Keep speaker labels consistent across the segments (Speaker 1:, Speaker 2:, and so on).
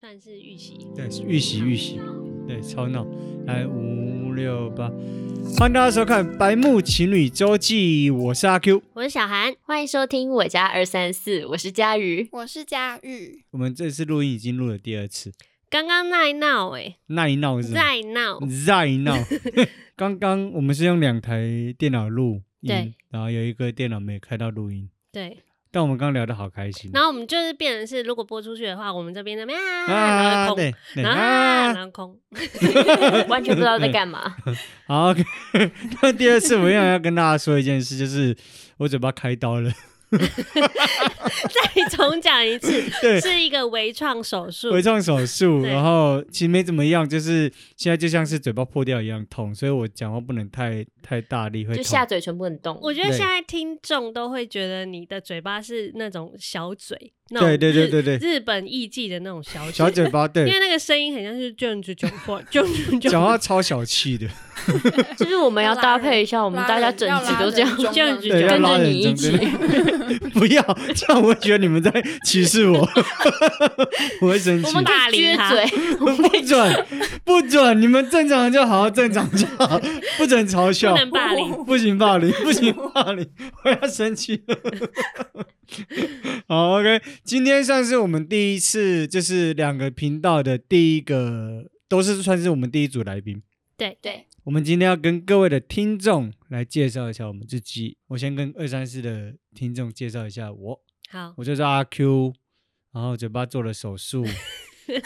Speaker 1: 算是预习。
Speaker 2: 对，预习预习，对，超闹，来五六八，欢迎大家收看《白木情侣周记》，我是阿 Q。
Speaker 1: 我是小韩，欢迎收听我家二三四，我是佳瑜。
Speaker 3: 我是佳玉，
Speaker 2: 我们这次录音已经录了第二次，
Speaker 1: 刚刚那一闹哎、
Speaker 2: 那一闹是嗯
Speaker 1: 在闹，
Speaker 2: 在闹。 刚刚我们是用两台电脑录音
Speaker 1: 对，
Speaker 2: 然后有一个电脑没开到录音，
Speaker 1: 对。
Speaker 2: 但我们刚聊得好开心。
Speaker 1: 然后我们就是变成是，如果播出去的话，我们这边那边啊，然
Speaker 2: 啊，
Speaker 1: 后空，
Speaker 2: 对，对
Speaker 1: 然后啊，
Speaker 2: 啊，
Speaker 1: 然后空，
Speaker 4: 完全不知道在干嘛。
Speaker 2: 好，OK。那 第二次我一样要跟大家说一件事，就是我嘴巴开刀了，
Speaker 1: 再重讲一次，
Speaker 2: 对，
Speaker 1: 是一个微创手
Speaker 4: 嗯
Speaker 1: 术
Speaker 2: 微。创手术，
Speaker 1: 对
Speaker 2: 然后其实没怎么样，就是现在就像是嘴巴破掉一样痛，所以我讲话不能太太大力，会
Speaker 4: 就
Speaker 2: 痛。
Speaker 4: 下嘴唇不能动。
Speaker 1: 我觉得
Speaker 2: 对
Speaker 1: 现在听众都会觉得你的嘴巴是那种小嘴，那种
Speaker 2: 对对对
Speaker 1: 日
Speaker 2: 对对，
Speaker 1: 日本艺伎的那种小
Speaker 2: 小嘴巴
Speaker 1: 因为
Speaker 2: 对，
Speaker 1: 那个声音很像是这样子讲话，这样子
Speaker 2: 讲
Speaker 1: 话
Speaker 2: 话超小气 的，
Speaker 4: 就是我们要搭配一下，我们大家整集都这样。
Speaker 1: 这样子
Speaker 2: 对，要
Speaker 4: 跟
Speaker 2: 拉
Speaker 4: 着
Speaker 2: 人
Speaker 4: 你
Speaker 2: 中
Speaker 4: 一起
Speaker 2: 间， 不要这样，我会觉得你们在歧视我， 我会生气
Speaker 4: 我。们
Speaker 1: 大
Speaker 4: 可以
Speaker 1: 龄
Speaker 4: 撅
Speaker 1: 哈
Speaker 4: 嘴，
Speaker 2: 不准，不准！你们正常就好好正常就好，不准嘲笑，
Speaker 1: 不能霸凌。
Speaker 2: 不行霸凌，不行霸凌，我要生气了。好，OK，今天算是我们第一次，就是两个频道的第一个，都是算是我们第一组来宾。
Speaker 1: 对
Speaker 3: 对，
Speaker 2: 我们今天要跟各位的听众来介绍一下我们自己。我先跟二三四的听众介绍一下我，
Speaker 1: 好，
Speaker 2: 我就是阿 Q，然后嘴巴做了手术，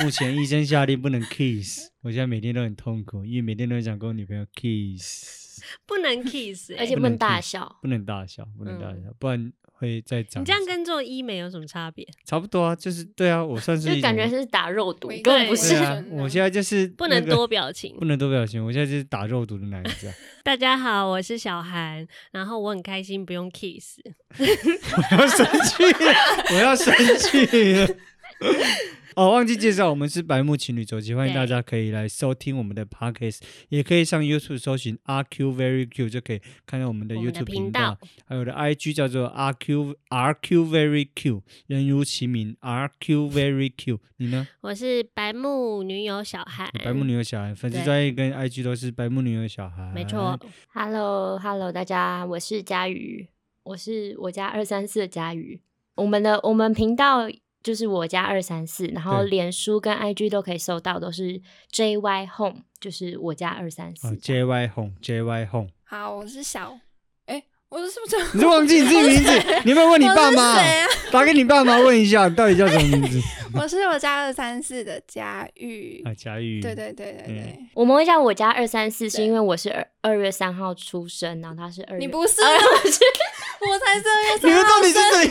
Speaker 2: 目前医生下令不能 kiss，我现在每天都很痛苦，因为每天都很想跟我女朋友 kiss。
Speaker 1: 不能 kiss，欸、
Speaker 4: 而且不能大笑。
Speaker 2: 不能大笑，不能大笑，不然会再长。
Speaker 1: 你这样跟做医美有什么差别？
Speaker 2: 差不多啊，就是对啊，我算是
Speaker 4: 就
Speaker 2: 一
Speaker 4: 感
Speaker 2: 种
Speaker 4: 觉是打肉毒，
Speaker 3: 对
Speaker 4: 根本不
Speaker 2: 对
Speaker 4: 是。
Speaker 2: 啊，我现在就是
Speaker 1: 不
Speaker 2: 那
Speaker 1: 能
Speaker 2: 个
Speaker 1: 多表情
Speaker 2: 不。能多表情，我现在就是打肉毒的男子啊，
Speaker 1: 大家好，我是小韩，然后我很开心，不用 kiss。
Speaker 2: 我要生气了，我要生气了。哦，忘记介绍，我们是白木情侣周期，欢迎
Speaker 1: 对
Speaker 2: 大家可以来收听我们的 podcast，也可以上 YouTube 搜寻 RQ Very Q 就可以看到我们的
Speaker 1: 我们的
Speaker 2: YouTube
Speaker 1: 频
Speaker 2: 频
Speaker 1: 道
Speaker 2: 道，还有我的 IG 叫做 RQ RQ Very Q，人如其名 RQ Very Q，你呢？
Speaker 1: 我是白木女友小韩，
Speaker 2: 白
Speaker 3: 嗯
Speaker 2: 木女友小孩粉丝
Speaker 1: 对
Speaker 2: 专业跟 IG 都是白木女友小孩，哦
Speaker 1: 没错。。
Speaker 4: Hello，Hello，大家，我是佳瑜，我是我家二三四的佳瑜。我们的我们频道就是我家二三四，然后
Speaker 2: 对
Speaker 4: 脸书跟 IG 都可以搜到，都是 JY Home，就是我家二三
Speaker 2: 哦
Speaker 4: 四。
Speaker 2: ，JY Home JY Home，
Speaker 3: 好，我是小，哎， 我是不是
Speaker 2: 你是忘记你自己名字？你有没有问你爸妈
Speaker 3: 我是？谁啊？
Speaker 2: 打给你爸妈问一下，你到底叫什么名字？
Speaker 3: 我是我家二三四的佳玉
Speaker 2: 啊，，佳玉。
Speaker 3: 对。对对对
Speaker 2: 嗯
Speaker 3: 对，
Speaker 4: 我们会叫我家二三四，是
Speaker 3: 对
Speaker 4: 因为我是二二月三号出生，然后他是二月。
Speaker 3: 你不是，啊
Speaker 2: 嗯 你们到
Speaker 3: 我才是二月三号
Speaker 2: 底是
Speaker 3: 生，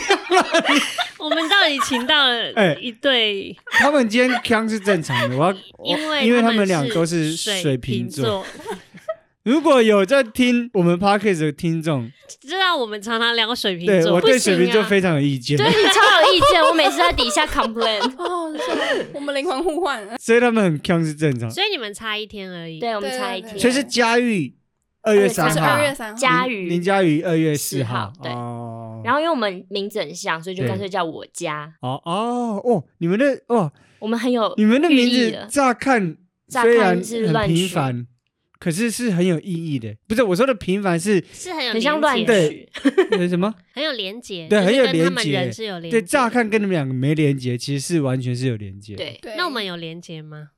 Speaker 2: 怎 样？
Speaker 1: 我们到底请到了
Speaker 2: 哎
Speaker 1: 一对，
Speaker 2: 他们今天腔是正常的，我要我
Speaker 1: 因为
Speaker 2: 因为
Speaker 1: 他
Speaker 2: 他们俩都
Speaker 1: 是
Speaker 2: 是
Speaker 1: 水
Speaker 2: 水
Speaker 1: 瓶
Speaker 2: 瓶座。，如果有在听我们 podcast 的听众，
Speaker 1: 知道我们常常聊水瓶
Speaker 2: 对
Speaker 1: 座，
Speaker 2: 我
Speaker 1: 不
Speaker 2: 对
Speaker 1: 行
Speaker 2: 水瓶座
Speaker 1: 啊
Speaker 2: 非常有意 见
Speaker 4: 对，你超有意见，我每次在 底下 complain。
Speaker 3: 哦，是我们灵魂互换，
Speaker 2: 所以他们很腔是正常。
Speaker 1: 所以你们差一天而已。
Speaker 4: 对，我们
Speaker 3: 对
Speaker 4: 差一
Speaker 3: 对
Speaker 4: 天，
Speaker 2: 所以是佳玉二月三
Speaker 3: 我是
Speaker 2: 号
Speaker 3: 二，月三号，
Speaker 4: 佳
Speaker 2: 林
Speaker 4: 瑜
Speaker 2: 林佳玉二月四
Speaker 4: 4
Speaker 2: 号
Speaker 4: 号。对
Speaker 2: 哦
Speaker 4: 然后因为我们名字很像，所以就
Speaker 2: 对
Speaker 4: 干脆叫我家。
Speaker 2: 哦哦哦，你们的哦，
Speaker 4: 我们很有
Speaker 2: 你们的名
Speaker 4: 寓意
Speaker 2: 字
Speaker 4: 的
Speaker 2: 乍看
Speaker 4: 乍
Speaker 2: 虽
Speaker 4: 看
Speaker 2: 然
Speaker 4: 是
Speaker 2: 很
Speaker 4: 乱
Speaker 2: 平
Speaker 4: 取
Speaker 2: 凡，可是是很有意义的。不是我说的平凡是
Speaker 1: 是很有
Speaker 4: 很像
Speaker 1: 连
Speaker 4: 乱
Speaker 1: 结
Speaker 2: 对
Speaker 4: 取，
Speaker 2: 呃什么？
Speaker 1: 很有连结，
Speaker 2: 对
Speaker 1: 就是
Speaker 2: 很有
Speaker 1: 跟他们
Speaker 2: 连结
Speaker 1: 人是有连结。
Speaker 2: 对，乍看跟你们两个没连接，其实是完全是有连接。，
Speaker 4: 对，
Speaker 3: 对，
Speaker 1: 那我们有连结吗？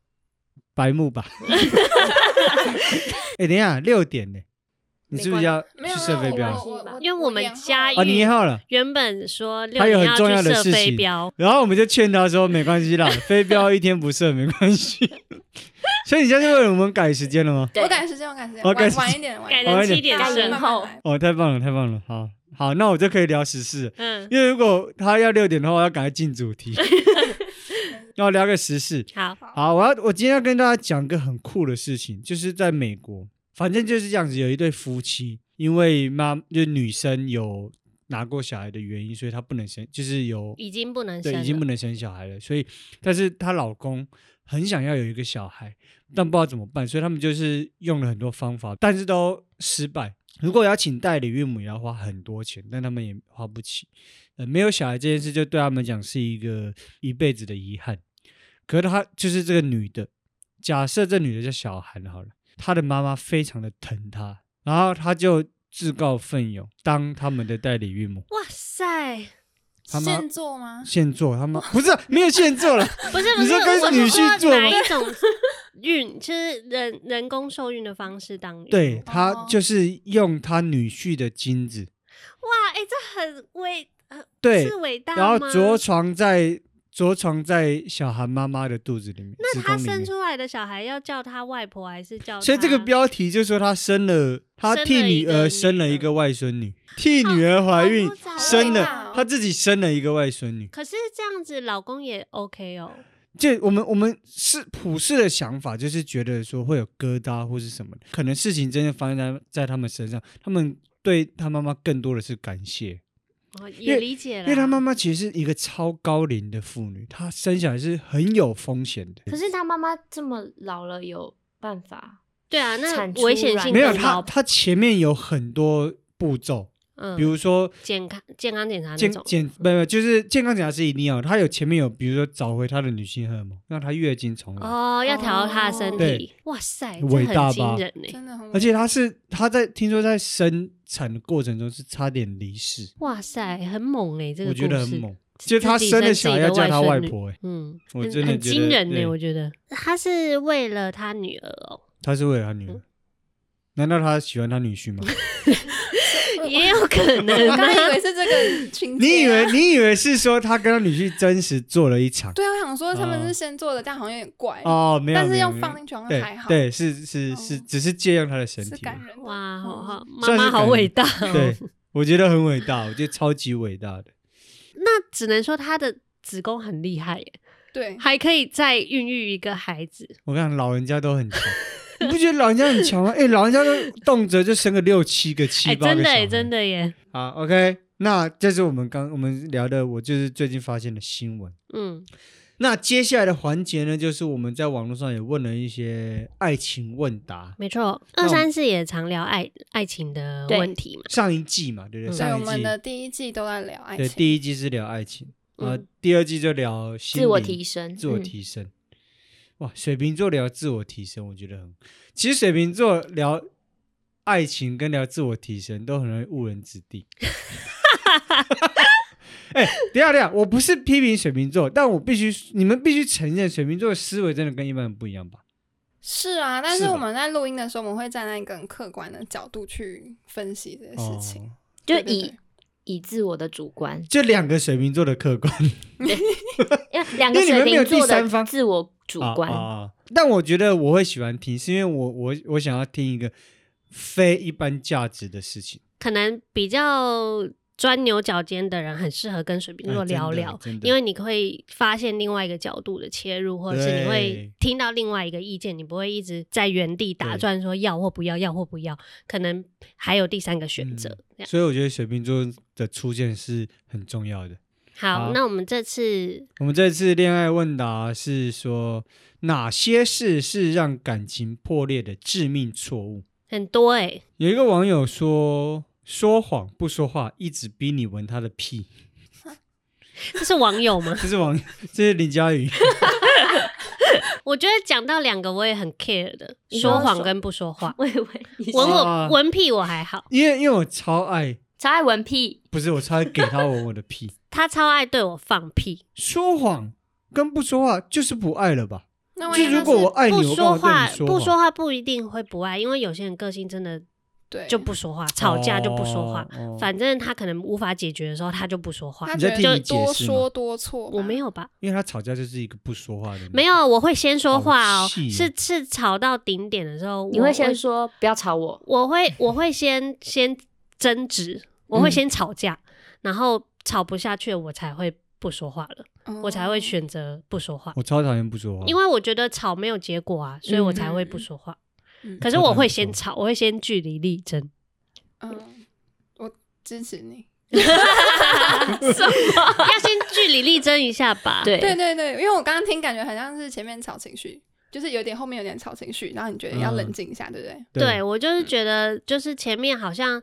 Speaker 2: 白目吧。 哎、等一下，六点呢？你是不是要
Speaker 3: 没有
Speaker 2: 去射飞镖
Speaker 4: 我
Speaker 2: 啊？
Speaker 1: 因为我们佳玉
Speaker 2: 哦你也好了。
Speaker 1: 原本说六
Speaker 2: 还有
Speaker 1: 点
Speaker 2: 很重要
Speaker 1: 去
Speaker 2: 的
Speaker 1: 射
Speaker 2: 事
Speaker 1: 飞
Speaker 2: 情
Speaker 1: 镖，，
Speaker 2: 然后我们就劝他说：“没关系啦，飞镖一天不射没关系。” 所以你现在是为我们改时间了吗？
Speaker 4: 对
Speaker 3: 我赶时间，我赶时间，
Speaker 2: 我哦赶时
Speaker 3: 晚
Speaker 2: 间
Speaker 3: 晚一点，晚一
Speaker 1: 改
Speaker 3: 点
Speaker 1: 成
Speaker 2: 好一点
Speaker 1: 七点
Speaker 4: 改
Speaker 1: 整
Speaker 4: 成
Speaker 3: 慢慢
Speaker 4: 后
Speaker 3: 来
Speaker 2: 哦，太棒了，太棒了！好好，那我就可以聊时事了。
Speaker 1: 嗯，
Speaker 2: 因为如果他要六点的话，我要赶快进主题，要聊个时事。
Speaker 1: 好，
Speaker 2: 好，我要我今天要跟大家讲个很酷的事情，就是在美国，反正就是这样子，有一对夫妻，因为妈就是女生有拿过小孩的原因，所以她不能生，就是有
Speaker 1: 已经不能生
Speaker 2: 对
Speaker 1: 了，
Speaker 2: 已经不能生小孩了，所以但是她老公很想要有一个小孩，但
Speaker 1: 嗯
Speaker 2: 不知道怎么办，所以他们就是用了很多方法，但是都失败。如果要请代理孕母，也要花很多钱，但他们也花不起。呃，没有小孩这件事，就对他们讲是一个一辈子的遗憾。可是她就是这个女的，假设这女的叫小韩好了，她的妈妈非常的疼她，然后她就自告奋勇当他们的代理孕母，
Speaker 1: 哇塞，
Speaker 2: 他妈
Speaker 3: 现做吗？
Speaker 2: 现做 他妈不是没有现做了，
Speaker 1: 不是不
Speaker 2: 你
Speaker 1: 是，
Speaker 2: 说跟
Speaker 1: 我
Speaker 2: 女
Speaker 1: 是
Speaker 2: 婿
Speaker 1: 说
Speaker 2: 做
Speaker 1: 哪
Speaker 2: 吗
Speaker 1: 一种 孕，就是人人工受孕的方式当孕。
Speaker 2: 对
Speaker 3: 哦
Speaker 2: 她就是用她女婿的精子，
Speaker 1: 哇，哎、这很伟，呃
Speaker 2: 对
Speaker 1: 是伟大吗？
Speaker 2: 然后着床在着床在小韩妈妈的肚子里面，
Speaker 1: 那
Speaker 2: 子
Speaker 1: 他
Speaker 2: 宫里
Speaker 1: 生
Speaker 2: 面。
Speaker 1: 出来的小孩要叫他外婆还是叫他？
Speaker 2: 所以这个标题就说她生了，她替女儿生
Speaker 1: 生
Speaker 2: 了
Speaker 1: 了
Speaker 2: 一
Speaker 1: 一
Speaker 2: 个
Speaker 1: 个
Speaker 2: 外孙女，替女儿怀孕
Speaker 1: 好复杂哦
Speaker 2: 生
Speaker 3: 好复杂
Speaker 2: 了
Speaker 3: 哦，
Speaker 2: 她自己生了一个外孙女。
Speaker 1: 可是这样子，老公也 OK 哦。
Speaker 2: 这我们我们是普世的想法，就是觉得说会有疙瘩或是什么的，可能事情真的发生在在他们身上，他们对他妈妈更多的是感谢，
Speaker 1: 哦，
Speaker 2: 因为
Speaker 1: 也理解了，
Speaker 2: 因为他妈妈其实是一个超高龄的妇女，她生下来是很有风险的。
Speaker 4: 可是他妈妈这么老了，有办法？
Speaker 1: 对啊，那
Speaker 4: 产出
Speaker 1: 危险
Speaker 4: 卵
Speaker 1: 性
Speaker 2: 没有
Speaker 1: 更
Speaker 2: 他，
Speaker 1: 高
Speaker 2: 他前面有很多步骤，
Speaker 1: 嗯，
Speaker 2: 比如说
Speaker 1: 健康健康检查那
Speaker 2: 健
Speaker 1: 种，
Speaker 2: 健没有，就是健康检查是一定要的，他有前面有，比如说找回他的女性荷尔蒙，让他月经重来，
Speaker 1: 哦，要调他的身体
Speaker 2: 嗯对，
Speaker 1: 哇塞，
Speaker 2: 伟
Speaker 1: 这
Speaker 2: 大吧
Speaker 1: 很惊人欸呢。
Speaker 3: 真的很，
Speaker 2: 而且他是他在听说在生产的过程中是差点离世，
Speaker 1: 哇塞，很猛哎，这个
Speaker 2: 我觉得很
Speaker 1: 故事。
Speaker 2: 猛，就是他
Speaker 1: 自己
Speaker 2: 生了
Speaker 1: 生自
Speaker 2: 小
Speaker 1: 己
Speaker 2: 孩
Speaker 1: 的
Speaker 2: 要叫
Speaker 1: 外
Speaker 2: 他
Speaker 1: 孙
Speaker 2: 外
Speaker 1: 女
Speaker 2: 婆、欸，
Speaker 1: 嗯，
Speaker 2: 我
Speaker 1: 很
Speaker 2: 真的
Speaker 1: 很
Speaker 2: 觉
Speaker 1: 惊
Speaker 2: 得
Speaker 1: 人欸
Speaker 2: 对
Speaker 1: 呢，我觉得他是为了他女儿哦，
Speaker 2: 他是为了他女儿，难道他喜欢他女婿吗？
Speaker 1: 也有可能
Speaker 3: 我刚才以
Speaker 1: 啊。
Speaker 3: 为是这个情节啊
Speaker 2: 你以为你以为是说他跟他女婿真实做了一场？
Speaker 3: 对啊，我想说他们是先做的，但好像有点怪，
Speaker 2: 嗯哦，没有，
Speaker 3: 但是
Speaker 2: 没有
Speaker 3: 要
Speaker 2: 没有
Speaker 3: 放进去好像
Speaker 2: 对
Speaker 3: 还好，
Speaker 2: 对，是是是，
Speaker 3: 哦
Speaker 2: 只是借用他的身
Speaker 3: 是
Speaker 2: 体。
Speaker 3: 感人的。
Speaker 1: 哇，好
Speaker 3: 嗯
Speaker 1: 好，妈
Speaker 2: 算是
Speaker 1: 妈好
Speaker 2: 感
Speaker 1: 伟
Speaker 2: 人
Speaker 1: 大哦。
Speaker 2: 对，我觉得很伟大，我觉得超级伟大的。
Speaker 1: 那只能说他的子宫很厉害耶，
Speaker 3: 对，
Speaker 1: 还可以再孕育一个孩子。
Speaker 2: 我看老人家都很强， 你不觉得老人家很强吗？哎、老人家都动辄就生个六七个、七
Speaker 1: 哎，
Speaker 2: 八
Speaker 1: 真
Speaker 2: 个
Speaker 1: 的
Speaker 2: 小孩。
Speaker 1: 耶，真的耶，
Speaker 2: 好，OK，那这是我们刚我们聊的，我就是最近发现的新闻。
Speaker 1: 嗯，
Speaker 2: 那接下来的环节呢，就是我们在网络上也问了一些爱情问答。
Speaker 1: 没错。
Speaker 2: 那我
Speaker 1: 二
Speaker 2: 们
Speaker 1: 三四也常聊爱爱情的
Speaker 4: 对
Speaker 1: 问题嘛，
Speaker 2: 上一季嘛，对不对？
Speaker 1: 嗯
Speaker 3: 所以我
Speaker 2: 上一
Speaker 3: 们
Speaker 2: 季
Speaker 3: 的第一季都在聊爱
Speaker 2: 对
Speaker 3: 情，
Speaker 2: 第一季是聊爱情，呃，
Speaker 1: 嗯
Speaker 2: 第二季就聊心
Speaker 4: 自我
Speaker 2: 灵
Speaker 4: 提升，
Speaker 2: 自我
Speaker 4: 嗯
Speaker 2: 提升。哇，水瓶座聊自我提升，我觉得很。其实水瓶座聊爱情跟聊自我提升都很容易误人子弟。哎、等一下等一下，我不是批评水瓶座，但我必须，你们必须承认，水瓶座的思维真的跟一般人不一样吧？
Speaker 3: 是啊，但
Speaker 2: 是
Speaker 3: 是
Speaker 2: 吧
Speaker 3: 我们在录音的时候，我们会站在一个很客观的角度去分析这些事情，
Speaker 2: 哦，
Speaker 4: 就
Speaker 3: 对对
Speaker 4: 以
Speaker 3: 对
Speaker 4: 以自我的主观，
Speaker 2: 就两个水瓶座的客观。
Speaker 4: 因为两
Speaker 2: 因
Speaker 4: 个
Speaker 2: 为你
Speaker 4: 水
Speaker 2: 们没有
Speaker 4: 瓶座
Speaker 2: 第三方
Speaker 4: 的自我主观，
Speaker 2: 啊啊啊但我觉得我会喜欢听，是因为我我我想要听一个非一般价值的事情。
Speaker 1: 可能比较钻牛角尖的人很适合跟水瓶座
Speaker 2: 哎真的
Speaker 1: 聊聊，
Speaker 2: 真的
Speaker 1: 因为你会发现另外一个角度的切入，或者是你
Speaker 2: 对
Speaker 1: 会听到另外一个意见，你不会一直在原地打
Speaker 2: 对
Speaker 1: 转说要或不要，要或不要，可能还有第三个选择。这样
Speaker 2: 所以我觉得水瓶座的出现是很重要的。好
Speaker 1: 好，那我们这次
Speaker 2: 我们这次恋爱问答是说哪些事是让感情破裂的致命错误？
Speaker 1: 很多哎、
Speaker 2: 有一个网友说说谎不说话，一直逼你闻他的屁，
Speaker 1: 这是网友吗？
Speaker 2: 这是网这是林佳宇。
Speaker 1: 我觉得讲到两个我也很 care 的，
Speaker 4: 你
Speaker 1: 说
Speaker 4: 说
Speaker 1: 谎跟不说话。
Speaker 4: 我以为你
Speaker 1: 文
Speaker 4: 是
Speaker 2: 哦
Speaker 1: 我文屁我还好，
Speaker 2: 因为因为我超爱，
Speaker 4: 超爱文屁，
Speaker 2: 不是我超爱给他闻我的屁。
Speaker 1: 他超爱对我放屁，
Speaker 2: 说谎跟不说话就是不爱了吧？
Speaker 3: 那万
Speaker 2: 就
Speaker 3: 一
Speaker 2: 如
Speaker 3: 他
Speaker 2: 果
Speaker 3: 是
Speaker 2: 我爱哎你，
Speaker 1: 不
Speaker 2: 我干
Speaker 1: 说
Speaker 2: 嘛
Speaker 1: 话
Speaker 2: 对你
Speaker 1: 不
Speaker 2: 说
Speaker 1: 说话不一定会不爱，因为有些人个性真的
Speaker 3: 对
Speaker 1: 就不说话，吵架就不说话，
Speaker 2: 哦哦
Speaker 1: 反正他可能无法解决的时候他就不说话
Speaker 3: 他。
Speaker 2: 你
Speaker 3: 觉
Speaker 2: 在替
Speaker 3: 得
Speaker 2: 你解
Speaker 3: 多
Speaker 2: 释吗
Speaker 3: 说多错吧，
Speaker 1: 我没有吧？
Speaker 2: 因为他吵架就是一个不说话的人，
Speaker 1: 没有，我会先说话
Speaker 2: 嗯好
Speaker 1: 哦，
Speaker 2: 气
Speaker 1: 是是吵到顶点的时候，
Speaker 4: 你
Speaker 1: 我
Speaker 4: 会先，说不要吵我，
Speaker 1: 我会我会先先争执，我会
Speaker 2: 嗯
Speaker 1: 先吵架，然后吵不下去我才会不说话了。
Speaker 3: 嗯，
Speaker 1: 我
Speaker 4: 哦
Speaker 1: 才会选择不说话，
Speaker 2: 我超讨厌不说话，
Speaker 1: 因为我觉得吵没有结果啊，所以我才会不说话。
Speaker 3: 嗯，
Speaker 1: 可是我会先吵，我会先据理力争。
Speaker 3: 嗯，我支持你。
Speaker 1: 要先据理力争一下吧。
Speaker 4: 对
Speaker 3: 对对对，因为我刚刚听感觉很像是前面吵情绪，就是有点后面有点吵情绪，然后你觉得要
Speaker 2: 嗯
Speaker 3: 冷静一下，对不对？
Speaker 1: 对，我就是觉得，就是前面好像